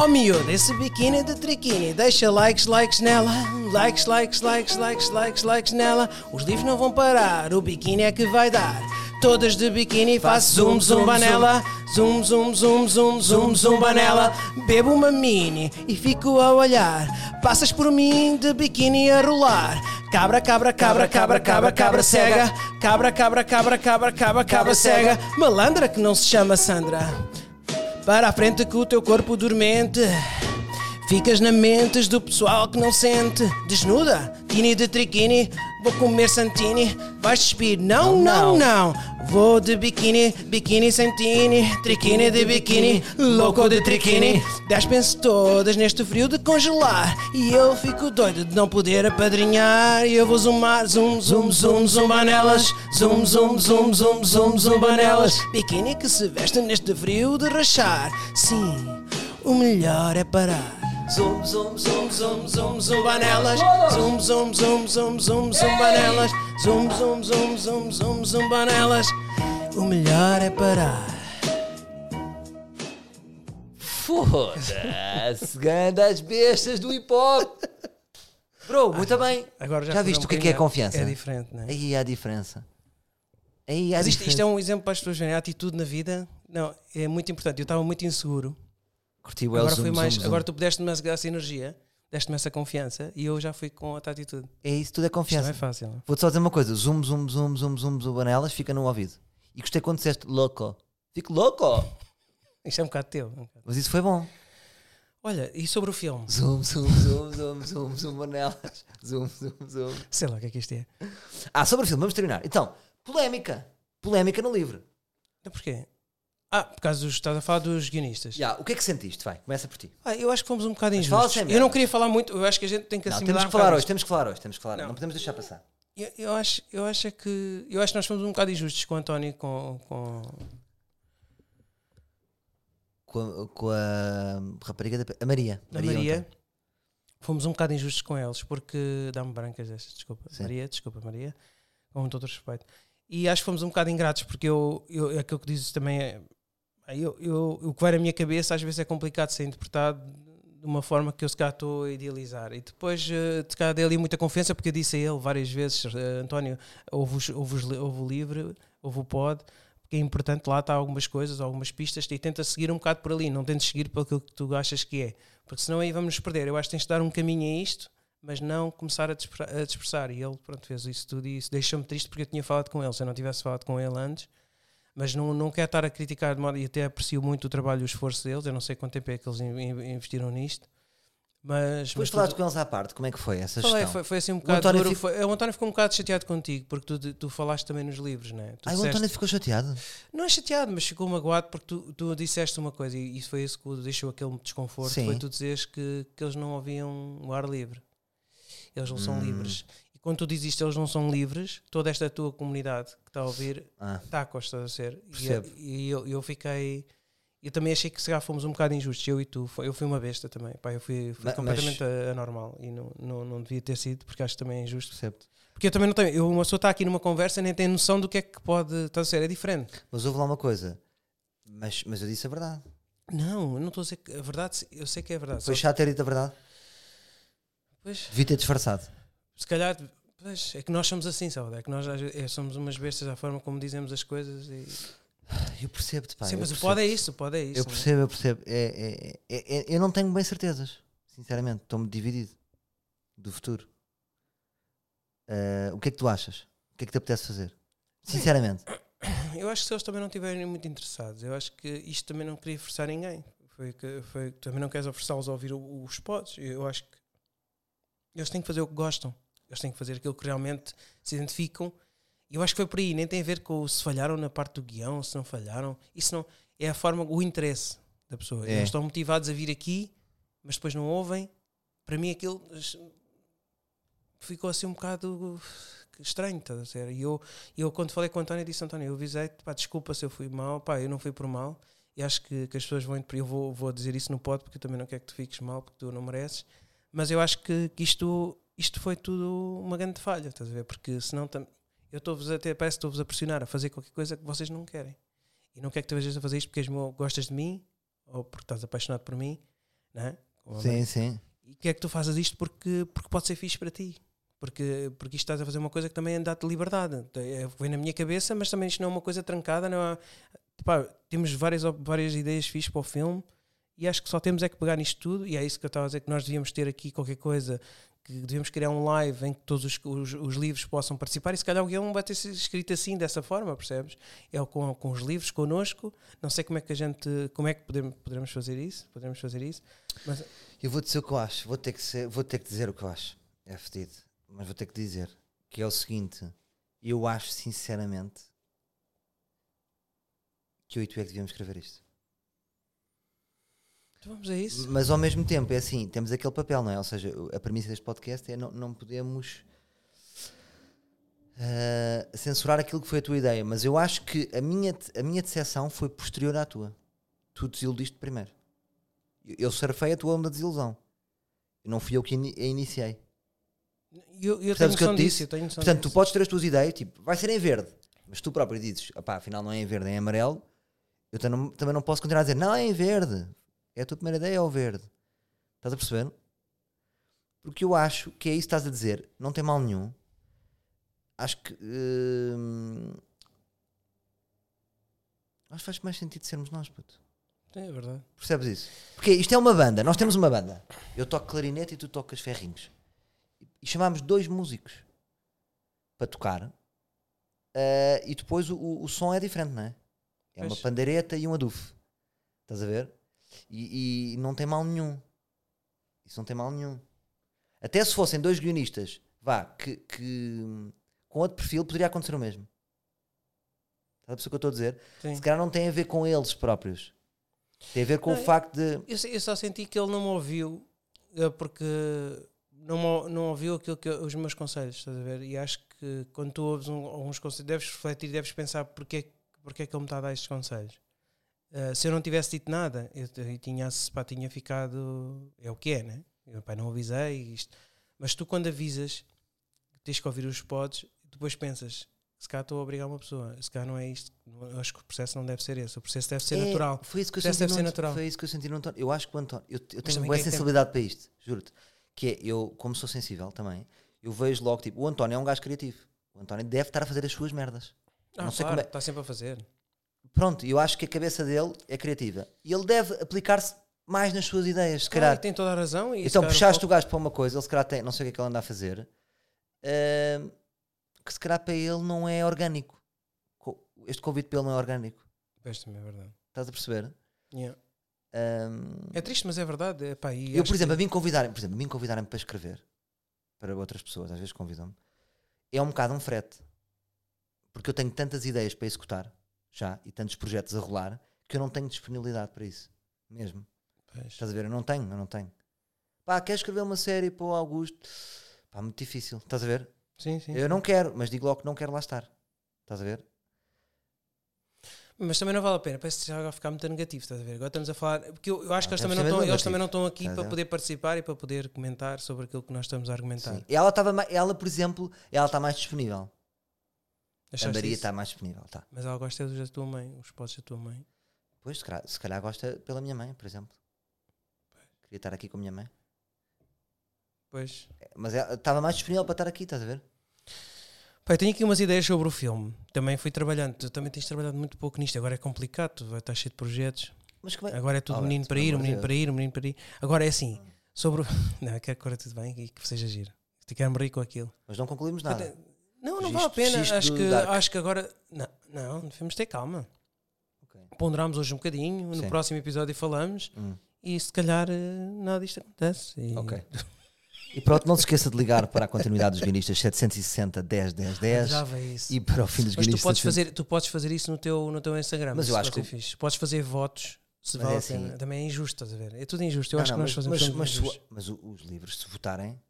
Oh miúdo, esse biquíni de triquini, deixa likes, likes nela. Likes, likes, likes, likes, likes, likes nela. Os livros não vão parar, o biquíni é que vai dar. Todas de biquíni, faço zoom, zumba nela. Zoom, zoom, zoom, zoom, zoom, zumba nela. Bebo uma mini e fico a olhar. Passas por mim de biquíni a rolar. Cabra, cabra, cabra, cabra, cabra, cabra cega. Cabra, cabra, cabra, cabra, cabra, cabra cega. Malandra que não se chama Sandra. Para a frente com o teu corpo dormente. Ficas na mentes do pessoal que não sente. Desnuda, tini de triquini. Vou comer santini. Vais despir. Não, não, não. Vou de biquíni, biquíni santini. Triquini de biquíni, louco de triquini. Despem-se todas neste frio de congelar. E eu fico doido de não poder apadrinhar. E eu vou zoomar, zoom, zoom, zoom, zoom banelas. Zoom, zoom, zoom, zoom, zoom, zoom banelas. Biquíni que se veste neste frio de rachar. Sim, o melhor é parar. Zoom, zoom, zoom, zoom, zoom, zoom banelas. Zoom, zoom, zoom, zoom, zoom, zoom banelas. Zoom, zoom, zoom, zoom, zoom, zoom banelas. O melhor é parar.
Foda-se, (laughs) grandes bestas do hip hop. Bro, muito bem.
Agora já
já
foi
viste
um
o que é, que é
bocadinho-
confiança?
é diferente, não é?
Aí há a diferença. Aí há
Mas isto,
diferença.
isto é um exemplo para as pessoas verem. A atitude na vida não, é muito importante. Eu estava muito inseguro.
Curti o
Agora,
zoom,
foi
zoom,
mais,
zoom.
agora tu pudeste-me essa energia, deste-me essa confiança e eu já fui com outra atitude.
É isso, tudo é
Isto não
confiança.
é fáil. não é?
Vou-te só dizer uma coisa: zoom, zoom, zoom, zoom, zoom, zoom, banelas, fica no ouvido. E gostei quando disseste louco. Fico louco!
Isto é um bocado teu. um bocado.
Mas isso foi bom.
Olha, e sobre o filme?
Zoom, zoom, zoom, zoom, zoom, zoom, banelas. Zoom, zoom, zoom.
Sei lá o que é que isto é.
Ah, sobre o filme, vamos terminar. Então, polémica. Polémica no livro.
Então porquê? Ah, por causa dos. Estás a falar dos guionistas.
Já, o que é que sentiste? Vai, começa por ti.
Ah, eu acho que fomos um bocado
Mas fala
injustos.
sem
Eu
merda.
não queria falar muito, eu acho que a gente tem que
Não,
assimilar
temos
um
que falar
bocado
hoje,
isto.
temos que falar hoje, temos que falar. Não,
Não.
podemos deixar passar.
Eu, eu acho, eu acho é que. Eu acho que nós fomos um bocado injustos com o António e com, com.
Com a, com a rapariga da. A Maria.
a Maria.
ontem.
Fomos um bocado injustos com eles, porque dá-me brancas estas, desculpa.
Sim.
Maria, desculpa, Maria. Com todo o respeito. E acho que fomos um bocado ingratos, porque eu, eu é aquilo que dizes também é. Eu, eu, o que vai na minha cabeça às vezes é complicado de ser interpretado de uma forma que eu se calhar estou a idealizar. E depois eh, de cá dei ali muita confiança, porque eu disse a ele várias vezes: eh, António, houve, os- houve, os li- houve o livre, houve o pod, porque é importante, lá está algumas coisas, algumas pistas, e tenta seguir um bocado por ali, não tentes seguir pelo que tu achas que é, porque senão aí vamos nos perder. Eu acho que tens de dar um caminho a isto, mas não começar a, despre- a dispersar. E ele, pronto, fez isso tudo e isso deixou-me triste porque eu tinha falado com ele, se eu não tivesse falado com ele antes mas não, não quero estar a criticar de modo, e até aprecio muito o trabalho e o esforço deles. Eu não sei quanto tempo é que eles in- in- investiram nisto, mas.
Depois
mas
falaste
tudo-
com eles à parte, como é que foi essa
Falei,
gestão?
foi, foi assim um bocado.
António
duro.
fico-
Foi- o António ficou um bocado chateado contigo porque tu, tu falaste também nos livros, né? Tu
Ai, o
disseste-
António ficou chateado.
Não é chateado, mas ficou magoado porque tu, tu disseste uma coisa e isso foi isso que o deixou aquele desconforto.
Sim.
Foi tu dizeres que, que eles não ouviam o ar livre. Eles não
Hum.
são livres. E quando tu dizes isto, eles não são livres, toda esta tua comunidade que está a ouvir
Ah.
está a costa a ser. E-
Percebo.
E, eu, eu fiquei. Eu também achei que se calhar fomos um bocado injustos, eu e tu. Foi- Eu fui uma besta também. Pá, eu fui, fui
Ma- mas-
completamente a- anormal e não, não, não devia ter sido, porque acho que também é injusto.
Percebo.
Porque eu também não tenho. Eu, uma pessoa está aqui numa conversa e nem tem noção do que é que pode. Está a ser, é diferente.
Mas houve lá uma coisa. Mas, mas eu disse a verdade.
Não, eu não estou a dizer que a verdade, eu sei que é verdade.
Foi
só-
chato ter dito a verdade.
pois,
Devia ter disfarçado.
se calhar, pois, é que nós somos assim, sabe? É que nós às vezes, é, somos umas bestas à forma como dizemos as coisas. E...
Eu percebo-te, pá.
Sim,
eu
mas o
percebo.
pode é isso, o pode é isso.
Eu
não é?
percebo, eu percebo. É- é- é- é- eu não tenho bem certezas, sinceramente. Estou-me dividido do futuro. Ah, o que é que tu achas? O que é que te apetece fazer? Sinceramente.
Eu acho que se eles também não estiverem muito interessados, eu acho que isto também não queria forçar ninguém. Foi que, foi, também não queres forçá-los a ouvir o- os pods. Eu acho que eles têm que fazer o que gostam. Eles têm que fazer aquilo que realmente se identificam. E eu acho que foi por aí. Nem tem a ver com se falharam na parte do guião, se não falharam. Isso não. É a forma, o interesse da pessoa.
É.
Eles estão motivados a vir aqui, mas depois não ouvem. Para mim aquilo es- ficou assim um bocado estranho, estás a dizer? E eu, e eu quando falei com o António, disse: António, eu avisei-te, pá, desculpa se eu fui mal, pá, eu não fui por mal. E acho que, que as pessoas vão. Eu vou, vou dizer isso no pod, porque eu também não quero que tu fiques mal, porque tu não mereces. Mas eu acho que, que isto, isto foi tudo uma grande falha, estás a ver? Porque senão. tam- Eu estou-vos até, parece que estou-vos a pressionar a fazer qualquer coisa que vocês não querem. E não quero que tu vejas a fazer isto porque és meu, gostas de mim, ou porque estás apaixonado por mim. não é? Com a
Sim, sim.
e que é que tu fazes isto porque, porque pode ser fixe para ti. Porque, porque isto estás a fazer uma coisa que também dá-te liberdade. É, Vem na minha cabeça, mas também isto não é uma coisa trancada. Não há, Pá, temos várias, op- várias ideias fixes para o filme e acho que só temos é que pegar nisto tudo. E é isso que eu estava a dizer: que nós devíamos ter aqui qualquer coisa, que devíamos criar um live em que todos os, os, os livros possam participar. E se calhar o guião vai ter sido escrito assim, dessa forma, percebes? É o com, com os livros, connosco. Não sei como é que a gente, como é que podemos, poderemos fazer isso. Poderemos fazer isso, mas
Eu vou dizer o que eu acho, vou ter que, ser- vou ter que dizer o que eu acho. É fedido, mas vou ter que dizer. Que é o seguinte: eu acho sinceramente que eu e tu é que devíamos escrever isto.
então vamos a isso.
Mas ao mesmo tempo, é assim, temos aquele papel, não é? Ou seja, o- a premissa deste podcast é não, não podemos ah, censurar aquilo que foi a tua ideia. Mas eu acho que a minha, de- a minha decepção foi posterior à tua. Tu desiludiste primeiro. Eu, eu surfei a tua onda de desilusão. Não fui eu que ini- a iniciei.
Eu, eu tenho
Percebes o que eu
noção
te
disso,
disse?
eu tenho noção
Portanto, tu
disso.
podes ter as tuas ideias, tipo, vai ser em verde, mas tu próprio dizes, opá, afinal não é em verde, é em amarelo. Eu tam- também não posso continuar a dizer, não, é em verde. É a tua primeira ideia, é o verde. Estás a perceber? Porque eu acho que é isso que estás a dizer, não tem mal nenhum. Acho que. hum, acho que faz mais sentido sermos nós, puto.
É verdade.
Percebes isso? Porque isto é uma banda, nós temos uma banda. Eu toco clarinete e tu tocas ferrinhos. E chamámos dois músicos para tocar. Ah, e depois o, o- o som é diferente, não é? É uma
Pois.
pandeireta e um adufe. Estás a ver? E, e não tem mal nenhum. Isso não tem mal nenhum. Até se fossem dois guionistas, vá, que, que com outro perfil poderia acontecer o mesmo. Estás a perceber o que eu estou a dizer?
Sim.
se calhar não tem a ver com eles próprios. Tem a ver com
Não, é
o facto de.
Eu, se- eu só senti que ele não me ouviu eh, porque não, me ou- não ouviu aquilo que eu- os meus conselhos, estás a ver? E acho que quando tu ouves um, alguns conselhos, deves refletir, deves pensar porque, é que- porque é que ele me está a dar estes conselhos. Eh, se eu não tivesse dito nada, eu, t- eu tinha, pá, tinha ficado. É o que é, né? Eu, pá, não avisei isto. Mas tu, quando avisas, tens que ouvir os pods, depois pensas. Se calhar estou a obrigar uma pessoa, se calhar não é isto. não- Acho que o processo não deve ser esse. O processo deve ser
É,
natural.
Foi isso que eu
Parece
senti.
deve
no
ser
António-
natural.
Foi isso que eu senti no António. Eu acho que o António. Eu, eu tenho
também
boa
quem é que tem-
sensibilidade para isto, juro-te. Que é, eu, como sou sensível também, eu vejo logo, tipo, o António é um gajo criativo. O António deve estar a fazer as suas merdas.
Ah,
Não sei
claro,
como é-
está sempre a fazer.
Pronto, eu acho que a cabeça dele é criativa. E ele deve aplicar-se mais nas suas ideias, se
Claro,
calhar.
Ah, e tem toda a razão. E se
Então
calhar
puxaste
foco-
o gajo para uma coisa, ele se calhar tem, não sei o que é que ele anda a fazer, ahm, que se calhar para ele não é orgânico. Co- Este convite para ele não é orgânico.
Pois, também é verdade.
Estás a perceber?
Yeah.
Ahm,
É triste, mas é verdade. Epá, e
eu,
acho
por exemplo, a
que-
mim convidarem, por exemplo, a mim convidarem para escrever para outras pessoas, às vezes convidam-me, é um bocado um frete. Porque eu tenho tantas ideias para executar já e tantos projetos a rolar que eu não tenho disponibilidade para isso. Mesmo.
Pois.
Estás a ver? Eu não tenho, eu não tenho. Pá, quer escrever uma série para o Augusto? Pá, muito difícil. Estás a ver?
Sim, sim.
Eu não quero, mas digo logo que não quero lá estar. Estás a ver?
Mas também não vale a pena. Parece que já vai ficar muito negativo, estás a ver? Agora estamos a falar. Porque eu, eu acho que
Não,
eles
deve
também não,
ser
estão,
mesmo
eles também não estão aqui
Estás a
para
ver?
poder participar e para poder comentar sobre aquilo que nós estamos a argumentar.
Sim. Ela, estava ma- ela, por exemplo, ela está mais disponível.
Achaste
a Maria
isso?
está mais disponível. Tá.
Mas ela gosta é dos da tua mãe, os podes da tua mãe.
Pois, se calhar, se calhar gosta pela minha mãe, por exemplo. Queria estar aqui com a minha mãe. É,
Pois.
Mas ela estava mais disponível para estar aqui, estás a ver?
Pá, eu tenho aqui umas ideias sobre o filme. Também fui trabalhando. Tu também tens trabalhado muito pouco nisto. Agora é complicado, tu vai estar cheio de projetos.
Mas como é-
Agora é tudo
Alberto,
menino para
pelo
ir,
amor de
menino para ir, um menino para ir. Agora é assim, sobre o. (laughs) Não, eu quero que corra tudo bem e que seja giro. Te quero morrer com aquilo.
Mas não concluímos nada.
Não, não
Registro-
vale a pena.
registro
Acho
do
que,
Dark.
acho que agora. Não, não, devemos ter calma.
Ok.
Ponderámos hoje um bocadinho. No
Sim.
próximo episódio falamos.
Hum.
E se calhar eh, nada disto acontece. E- (laughs)
Ok. E pronto, não se esqueça de ligar para a continuidade dos guionistas 760 10 10 10
Adorava isso.
e para o fim dos
Mas tu
guionistas.
podes, fazer, tu podes fazer isso no teu, no teu Instagram.
Mas
isso
eu acho
vai
que
ser fixe. Podes fazer votos. Se
Mas
vale
é
a pena.
assim-
Também é injusto, estás a ver? É tudo injusto. Eu
Não,
acho
não,
que nós
mas-
fazemos
mas,
tudo
mas,
injusto.
mas o- os livros, se votarem,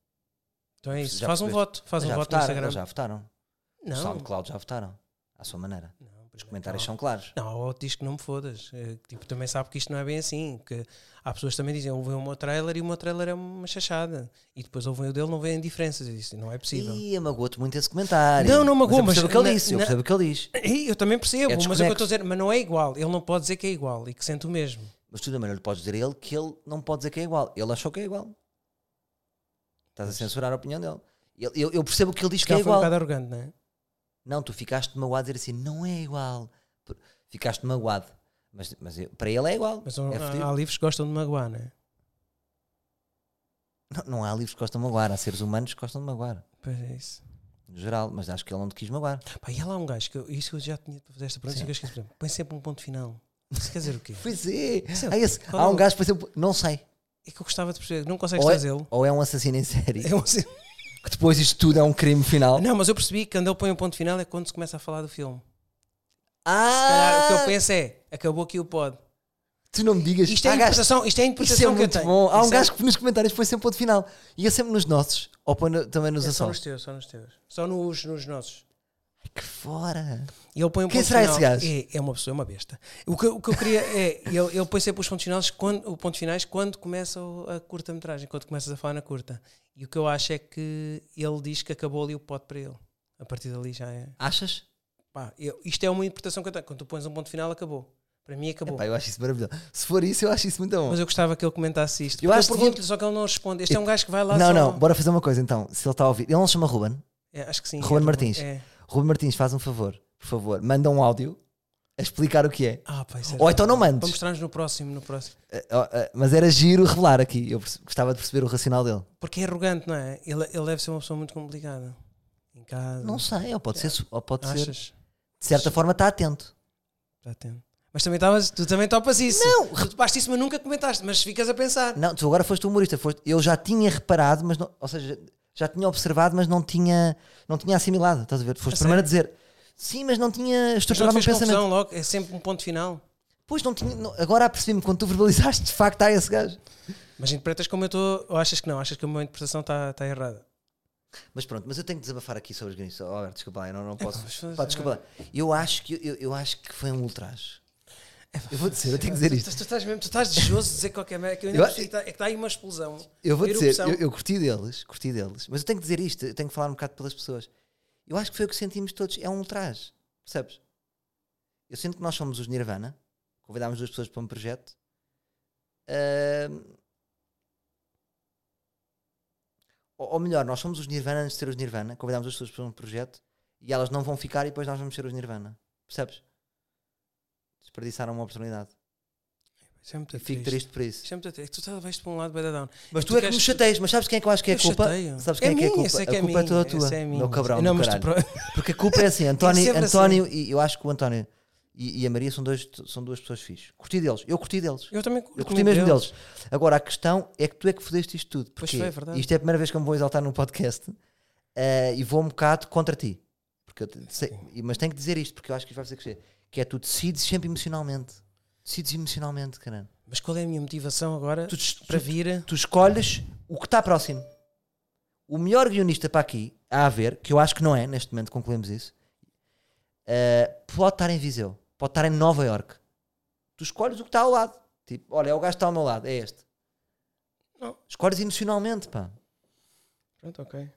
Então é isso.
já
Faz um
percebeste.
voto. Faz um
já
voto no
votaram,
Instagram.
eles já votaram.
Não.
O SoundCloud já votaram. À sua maneira.
Não,
Os comentários
não.
são claros.
Não, ou diz que não me fodas. Eh, Tipo, também sabe que isto não é bem assim. Que há pessoas que também dizem, ouvem o meu trailer e o meu trailer é uma chachada. E depois ouvem o dele, não veem diferenças. Eu disse, não é possível.
E amagoou-te muito esse comentário.
Não, não magoou,
mas. Eu
mas
percebo o que
na-
ele disse, eu
na-
percebo o que ele diz.
E eu também percebo,
É
mas o que eu
desconexo.
estou a dizer, mas não é igual. Ele não pode dizer que é igual e que sente o mesmo.
Mas tu também não lhe podes dizer a ele que ele não pode dizer que é igual. Ele achou que é igual. Estás a censurar a opinião dele. Ele- Eu, eu percebo que ele diz
Se
que é
calhar foi um
igual.
bocado arrogante, não é?
Não, tu ficaste magoado a dizer assim, não é igual. Por- Ficaste magoado. Mas, mas eu- para ele é igual.
Mas
é
há-
fodido.
há, livros que gostam de magoar, não é?
não, não há livros que gostam de magoar, há seres humanos que gostam de magoar.
Pois é isso.
No geral, mas acho que ele não te quis magoar.
Pá, e há lá um gajo que eu, isso eu já tinha para fazer esta pergunta,
Sim.
só que eu esqueci. Põe sempre um ponto final. Isso quer
(laughs)
dizer o quê?
Pois é.
Sim,
Há, esse-
qual é
há
o-
um gajo, por exemplo, não sei.
É que eu gostava de perceber. Não consegues
Ou é,
trazê-lo.
ou é um assassino em série.
É um assim-
Que depois isto tudo é um crime final.
Não, mas eu percebi que quando ele põe um ponto final é quando se começa a falar do filme. Se calhar
Ah!
o que eu penso é, acabou aqui o pod.
Tu não me digas.
Isto é a
há gajo-
interpretação, isto é
Isso é
a interpretação que eu
muito
tenho.
bom. Há um
Isso é-
gajo que nos comentários põe sempre ponto final. E é sempre nos nossos. Ou põe no- também nos
é só nos
Açores.
teus, só nos teus. Só nos, nos nossos.
Que fora.
E ele põe um
Quem
ponto
será
final.
esse gajo?
É, é uma pessoa, é uma besta. O que, eu- o que eu queria é. Ele, ele põe sempre os pontos finais quando, o ponto finais quando começa o- a curta-metragem, quando começas a falar na curta. E o que eu acho é que ele diz que acabou ali o pote para ele. A partir dali já é.
Achas?
Pá, eu- isto é uma interpretação que eu tenho. Quando tu pões um ponto final, acabou. Para mim, acabou.
Epá, eu acho isso maravilhoso. Se for isso, eu acho isso muito bom.
Mas eu gostava que ele comentasse isto.
Eu
Eu, eu
acho que
pergunto-lhe, só que ele não responde. Este é um gajo que vai lá
não,
só...
não. Bora fazer uma coisa então. Se ele está a ouvir. Ele não se chama Ruben.
É, acho que sim.
Ruben
é,
Martins.
é.
Ruben Martins, faz um favor. Por favor, manda um áudio a explicar o que é.
Ah, pá, isso é-
Ou então não mandes.
Para mostrarmos no próximo, no próximo.
Eh, oh, eh, Mas era giro revelar aqui. Eu perce- gostava de perceber o racional dele.
Porque é arrogante, não é? Ele, ele deve ser uma pessoa muito complicada. Em casa.
Não sei. Ou pode ser. su- Ou pode ser.
Achas?
De certa forma, está atento.
Está atento. Mas também estavas, tu também topas isso.
Não.
Tu topaste isso, mas nunca comentaste. Mas ficas a pensar.
Não, tu agora foste humorista. Foste, eu já tinha reparado, mas não, ou seja, já tinha observado, mas não tinha, não tinha assimilado. Estás a ver? Foste o
A
primeiro a dizer sim, mas não tinha
Mas não te
estruturado um
fez
pensamento.
confusão logo. É sempre um ponto final.
Pois não tinha. não- agora apercebi-me quando tu (laughs) verbalizaste, de facto, há esse gajo.
Mas interpretas como eu estou... Ou achas que não? Achas que a minha interpretação está está errada?
Mas pronto, mas eu tenho que desabafar aqui sobre os Guinness. Oh, Alberto, desculpa lá, eu não, não posso.
mas faz-
Pá, desculpa lá. Eu acho que, eu, eu acho que foi um ultraje. Eu vou dizer, eu tenho que dizer
Tu-
isto.
Tu, tu estás mesmo, tu estás desejoso de dizer qualquer merda. Que eu ainda
Eu-
percebi que tá- é que está aí uma explosão.
Eu vou dizer,
erupção.
eu, eu curti deles, curti deles, mas eu tenho que dizer isto, eu tenho que falar um bocado pelas pessoas. Eu acho que foi o que sentimos todos, é um ultraje, percebes? Eu sinto que nós somos os Nirvana, convidámos duas pessoas para um projeto. ahm, ou, ou melhor, nós somos os Nirvana antes de ser os Nirvana, convidámos duas pessoas para um projeto e elas não vão ficar e depois nós vamos ser os Nirvana, percebes? Desperdiçaram uma oportunidade.
Isso é muito
Eu fico triste por isso.
Isso é muito triste. É que tu estás vais para um lado, bad down.
Mas
E
tu é que me
queres-
chateias, mas sabes quem é que eu acho que é a
Eu
culpa?
chateio.
Sabes quem é, que é a
minha,
culpa?
eu sei que
a culpa é,
minha,
toda
eu
tua,
sei, é minha.
meu cabrão.
Não,
do
mas tu
caralho.
pro-
Porque a culpa é
(laughs)
assim, António,
sempre assim.
António e eu acho que o António e, e a Maria são, dois, são duas pessoas fixes. Curti deles, eu curti deles.
Eu também
Eu curti mesmo deles. Agora, a questão é que tu é que fodeste isto tudo.
Pois
Porque
foi, é verdade.
isto é a primeira vez que eu me vou exaltar num podcast eh, e vou um bocado contra ti. Porque eu te- sei- mas tenho que dizer isto, porque eu acho que isto vai fazer crescer. Que é tu decides sempre emocionalmente. Decides emocionalmente, caralho.
Mas qual é a minha motivação agora
Tu des-
para
tu-
vir?
tu escolhes o que está próximo. O melhor guionista para aqui, a haver, que eu acho que não é, neste momento concluímos isso, eh, pode estar em Viseu, pode estar em Nova York. Tu escolhes o que está ao lado. Tipo, olha, é o gajo que está ao meu lado, é este.
Não.
Escolhes emocionalmente, pá.
Pronto, ok.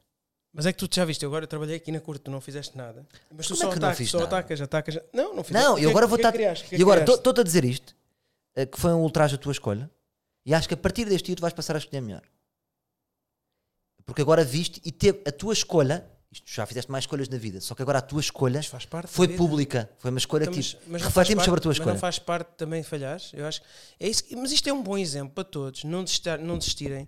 Mas é que tu já viste, eu agora trabalhei aqui na curta, tu não fizeste nada. Mas tu
Como é
só
que eu não
atacas,
fiz
só
nada?
atacas, atacas. Não, não fizeste.
Não,
O
e
que é-
agora
o
vou
que é
estar.
que criaste? O
E
que é que
agora
criaste?
estou a dizer isto, eh, que foi um ultraje a tua escolha, e acho que a partir deste dia tu vais passar a escolher melhor. Porque agora viste e teve a tua escolha, isto já fizeste mais escolhas na vida, só que agora a tua escolha
Mas faz parte da
foi
vida.
pública, foi uma escolha
Então,
que
mas-
tipo,
mas não faz
refletimos
parte-
sobre a tua
mas
escolha.
não faz parte também falhares. Eu acho, é isso, que- mas isto é um bom exemplo para todos não, desistar, não desistirem.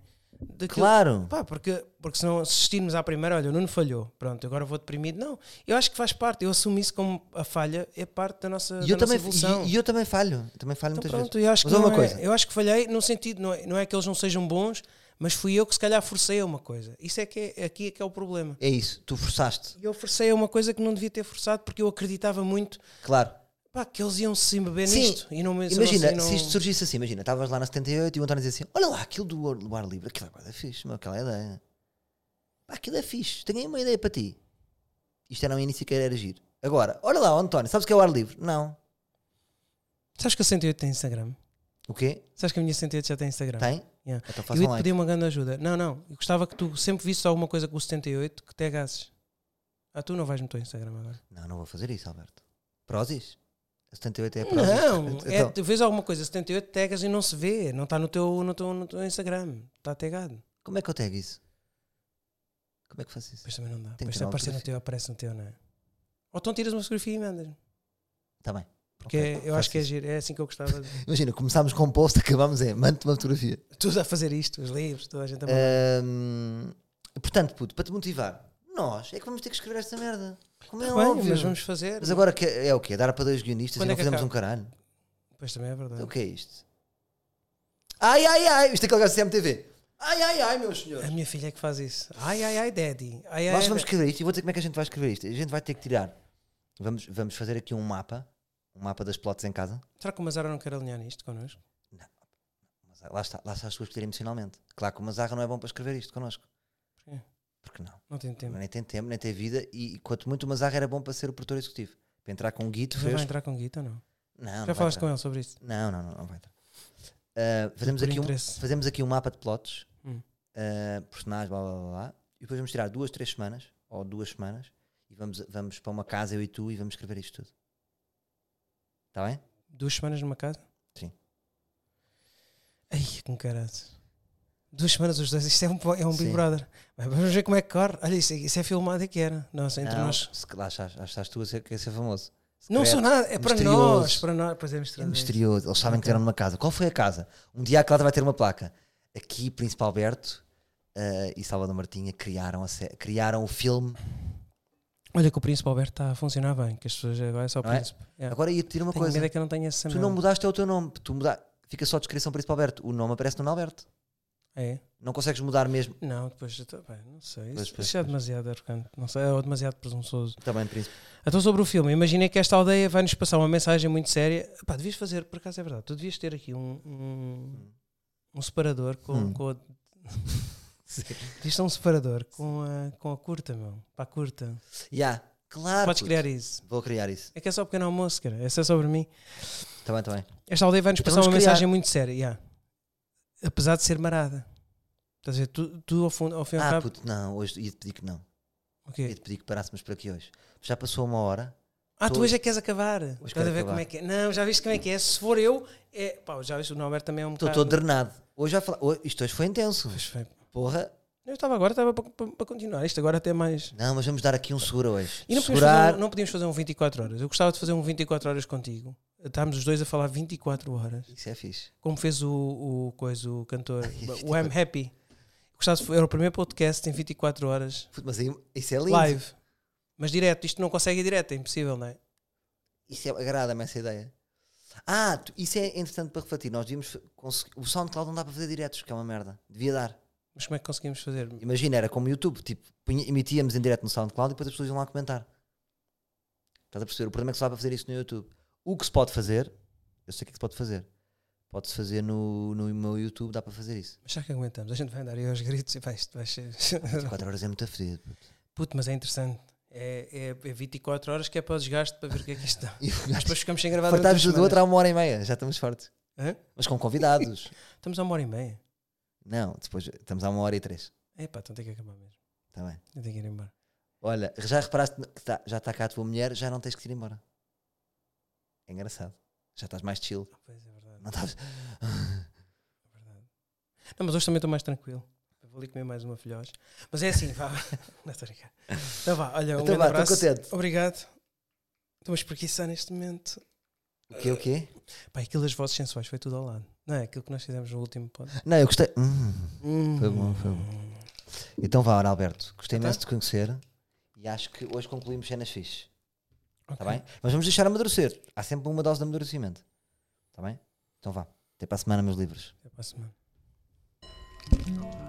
daquilo-
Claro.
Pá, porque, porque se não assistirmos à primeira, olha, o Nuno falhou, pronto, agora vou deprimido. Não, eu acho que faz parte, eu assumo isso como a falha, é parte da nossa,
E
da
eu, também,
nossa evolução.
e, e eu também falho, eu também falho
Então,
muitas
pronto,
vezes.
eu acho,
mas
que
há uma
não é-
coisa,
eu acho que falhei no sentido, não é, não é que eles não sejam bons, mas fui eu que se calhar forcei a uma coisa. Isso é que é, aqui é que é o problema.
é isso, tu forçaste,
E eu forcei a uma coisa que não devia ter forçado porque eu acreditava muito
claro.
pá, que eles iam se beber
Sim.
nisto. E não, me- se
imagina,
não-
se isto surgisse assim, imagina, estavas lá na 78 e o António dizia assim: Olha lá, aquilo do ar, do ar livre, aquilo agora é fixe, meu, aquela ideia. Pá, aquilo é fixe, tenho aí uma ideia para ti. Isto era um início que era agir. Agora, olha lá, ó, António, sabes o que é o ar livre? Não.
Sabes que a 108 tem Instagram?
O quê?
Sabes que a minha 108 já tem Instagram?
Tem? Então
Yeah. Eu
façam
ia te
like.
pedir uma grande ajuda. Não, não. Eu gostava que tu sempre visses alguma coisa com o 78 que te agasses. Ah, tu não vais no teu Instagram agora.
Não, não vou fazer isso, Alberto. Prozis? 78 é a prova.
Não, é,
Então,
tu vês alguma coisa, 78 tagas e não se vê, não está no teu, no, teu, no teu Instagram, tá está tagado.
Como é que eu tego isso? Como é que faço isso?
Depois também não dá.
Tem que
Depois
tirar uma
aparecer no
fotografia.
teu, aparece no teu, não é? Ou então tiras uma fotografia e mandas.
Está Tá bem.
Porque
Ok,
eu acho
faço
que é
isso.
giro, é assim que eu gostava de (laughs)
Imagina, começámos com um post, (laughs) acabámos é, mande-te uma fotografia.
tudo a fazer isto, os livros, toda a
Eh,
gente a mandar.
Ahm, portanto, puto, para te motivar, nós é que vamos ter que escrever esta merda. Como é
Tá bem,
óbvio.
mas
Mas,
vamos fazer.
agora que é é o quê? Dar para dois guionistas e
Quando é
não
que
fizemos
acaba?
um caralho.
Pois também é verdade.
Então, o que é isto? Ai, ai, ai. Isto é aquele gajo da CMTV. Ai, ai, ai, meus senhores.
A minha filha é que faz isso. Ai, ai, ai, daddy. Ai, ai,
Nós
ai,
vamos
da-
escrever isto e vou dizer como é que a gente vai escrever isto. A gente vai ter que tirar. Vamos, vamos fazer aqui um mapa. Um mapa das plots em casa.
Será que o Mazara não quer alinhar nisto connosco?
Mas eh, Lá está, lá está as pessoas escolher emocionalmente. Claro que o Mazarra não é bom para escrever isto connosco.
Porquê?
Porque não.
Não tem tempo.
Nem tem tempo, nem tem vida. E quanto muito o Mazarra era bom para ser o produtor executivo. Para entrar com um guito
Tu já vai
fresco.
entrar com Guita ou não?
Não, não
já
vai
falaste
entrar.
com ele sobre isso?
Não, não, não, não vai entrar. Ah, fazemos,
Por
aqui um,
interesse.
fazemos aqui um mapa de plots,
Hum.
ah, personagens, blá blá blá, blá. E depois vamos tirar duas, três semanas, ou duas semanas, e vamos, vamos para uma casa, eu e tu, e vamos escrever isto tudo. Está bem?
Duas semanas numa casa?
Sim.
Ai, com caralho. Duas semanas os dois, isto é um, po- é um Big
Sim.
Brother. Mas vamos ver como é que corre. Olha, isso, é- isso é filmado é que era. Nossa, entre
não,
nós.
se- lá achas, achas tu a ser, que ia ser famoso.
Não sou
Secreto,
nada, é para
misterioso.
nós. Para nós. Pois é,
É
misterioso.
misterioso. Eles sabem que
Ok.
tiveram numa casa. Qual foi a casa? Um dia a Cláudia vai ter uma placa. Aqui, Príncipe Alberto ah, e Salvador Martinha criaram, a sé- criaram o filme.
Olha que o Príncipe Alberto está a funcionar bem, que as pessoas agora é só o
Não é?
Príncipe. É.
Agora ia pedir uma
Tenho
coisa.
medo é que eu não tenha essa
Tu não mudaste é o teu nome. Tu muda... Fica só a descrição Príncipe Alberto. O nome aparece no nome Alberto.
É?
Não consegues mudar mesmo.
Não, depois eu tô- pá, não sei. Isso,
Pois, pois,
isso é
pois.
demasiado arrogante, não sei, ou demasiado presunçoso.
Também, Príncipe.
Então, sobre o filme, imaginei que esta aldeia vai-nos passar uma mensagem muito séria. Pá, devias fazer, por acaso é verdade, tu devias ter aqui um, um, um separador com,
Hum.
com a. Devias ter um separador com a, com a curta, meu. Para a curta.
Já, claro.
Podes
puto.
criar isso.
Vou criar isso. Tá
É que é só pequeno almoço, cara. Essa é sobre mim.
Também, também.
Esta aldeia vai-nos
Então
passar uma
vamos criar.
mensagem muito séria, yeah. apesar de ser marada. Estás a ver? Tu, tu ao, fundo, ao fim e ao
Ah,
cabo.
puto, não. Hoje ia-te pedir que não.
o quê?
Ia-te pedir que parássemos por aqui hoje. Já passou uma hora.
Ah, tu
Tô-
hoje é que queres acabar. Estás
quero
a ver
acabar.
como é que é. Não, já viste como é que é. Se for eu, é. Pá, já viste, o Norberto também é um
Estou
bocado.
todo drenado. Hoje já fala... hoje- Isto hoje foi intenso.
Pois foi.
Porra.
Eu estava agora, estava para- para para continuar. Isto agora até mais.
Não, mas vamos dar aqui um seguro hoje.
E não podíamos,
Segurar.
fazer um, não podíamos fazer um 24 horas. Eu gostava de fazer um 24 horas contigo. Estávamos os dois a falar 24 horas.
Isso é fixe.
Como fez o, o coisa, o
(laughs)
cantor, o I'm Happy. Gostava de, era o primeiro podcast em 24 horas.
Puto, Mas aí, isso é lindo.
Live. Mas direto, isto não consegue ir direto, é impossível, não é?
Isso é, agrada-me essa ideia. Ah, tu- isso é interessante para refletir. Nós devíamos fa- conseguir. O SoundCloud não dá para fazer diretos, que é uma merda. Devia dar.
Mas como é que conseguimos fazer?
Imagina, era como o YouTube, tipo, punha- emitíamos em direto no SoundCloud e depois as pessoas iam lá comentar. Estás a perceber? O problema é que só dá para fazer isso no YouTube. O que se pode fazer, eu sei o que é que se pode fazer. Pode-se fazer no, no meu YouTube, dá para fazer
(laughs)
isso.
Mas já que aguentamos, a gente vai andar aí aos gritos e vai, isto vai ser.
4 horas é muito frio.
Puto, mas é interessante. É, é, é 24 horas que é para o desgaste para ver o que é que isto
(laughs)
dá.
(laughs) E o
Mas
gajo
depois ficamos sem gravar.
fartámos
durante
do
duas
outro há uma hora e meia, já estamos fortes.
semanas. Hã?
Mas com convidados. (laughs)
Estamos a uma hora e meia.
não, depois estamos a uma hora e três.
Epá, então tem que acabar mesmo.
Está bem.
Eu tenho que ir embora.
Olha, já reparaste que tá- já está cá a tua mulher, já não tens que ir embora. É engraçado. Já estás mais chill.
Ah, Pois é verdade,
Não estás.
é verdade. Não, mas hoje também estou mais tranquilo. Eu vou ali comer mais uma filhós. Mas é assim, vá. (laughs) Não estou a brincar. Então vá, olha, um
Então
grande
vá, estou
abraço.
contente.
Obrigado. Estou a espreguiçar neste momento.
O quê, o quê?
Pá, aquilo das vozes sensuais foi tudo ao lado. Não é aquilo que nós fizemos no último pod.
Não, eu gostei. Hum.
Foi
bom, foi bom. Então vá, ora, Alberto. Gostei
Tá, tá.
imenso de te conhecer e acho que hoje concluímos cenas fixe. Está bem? Mas vamos deixar amadurecer. Há sempre uma dose de amadurecimento. Tá Está bem? Então vá. Até para a semana, meus livros.
Até para a semana.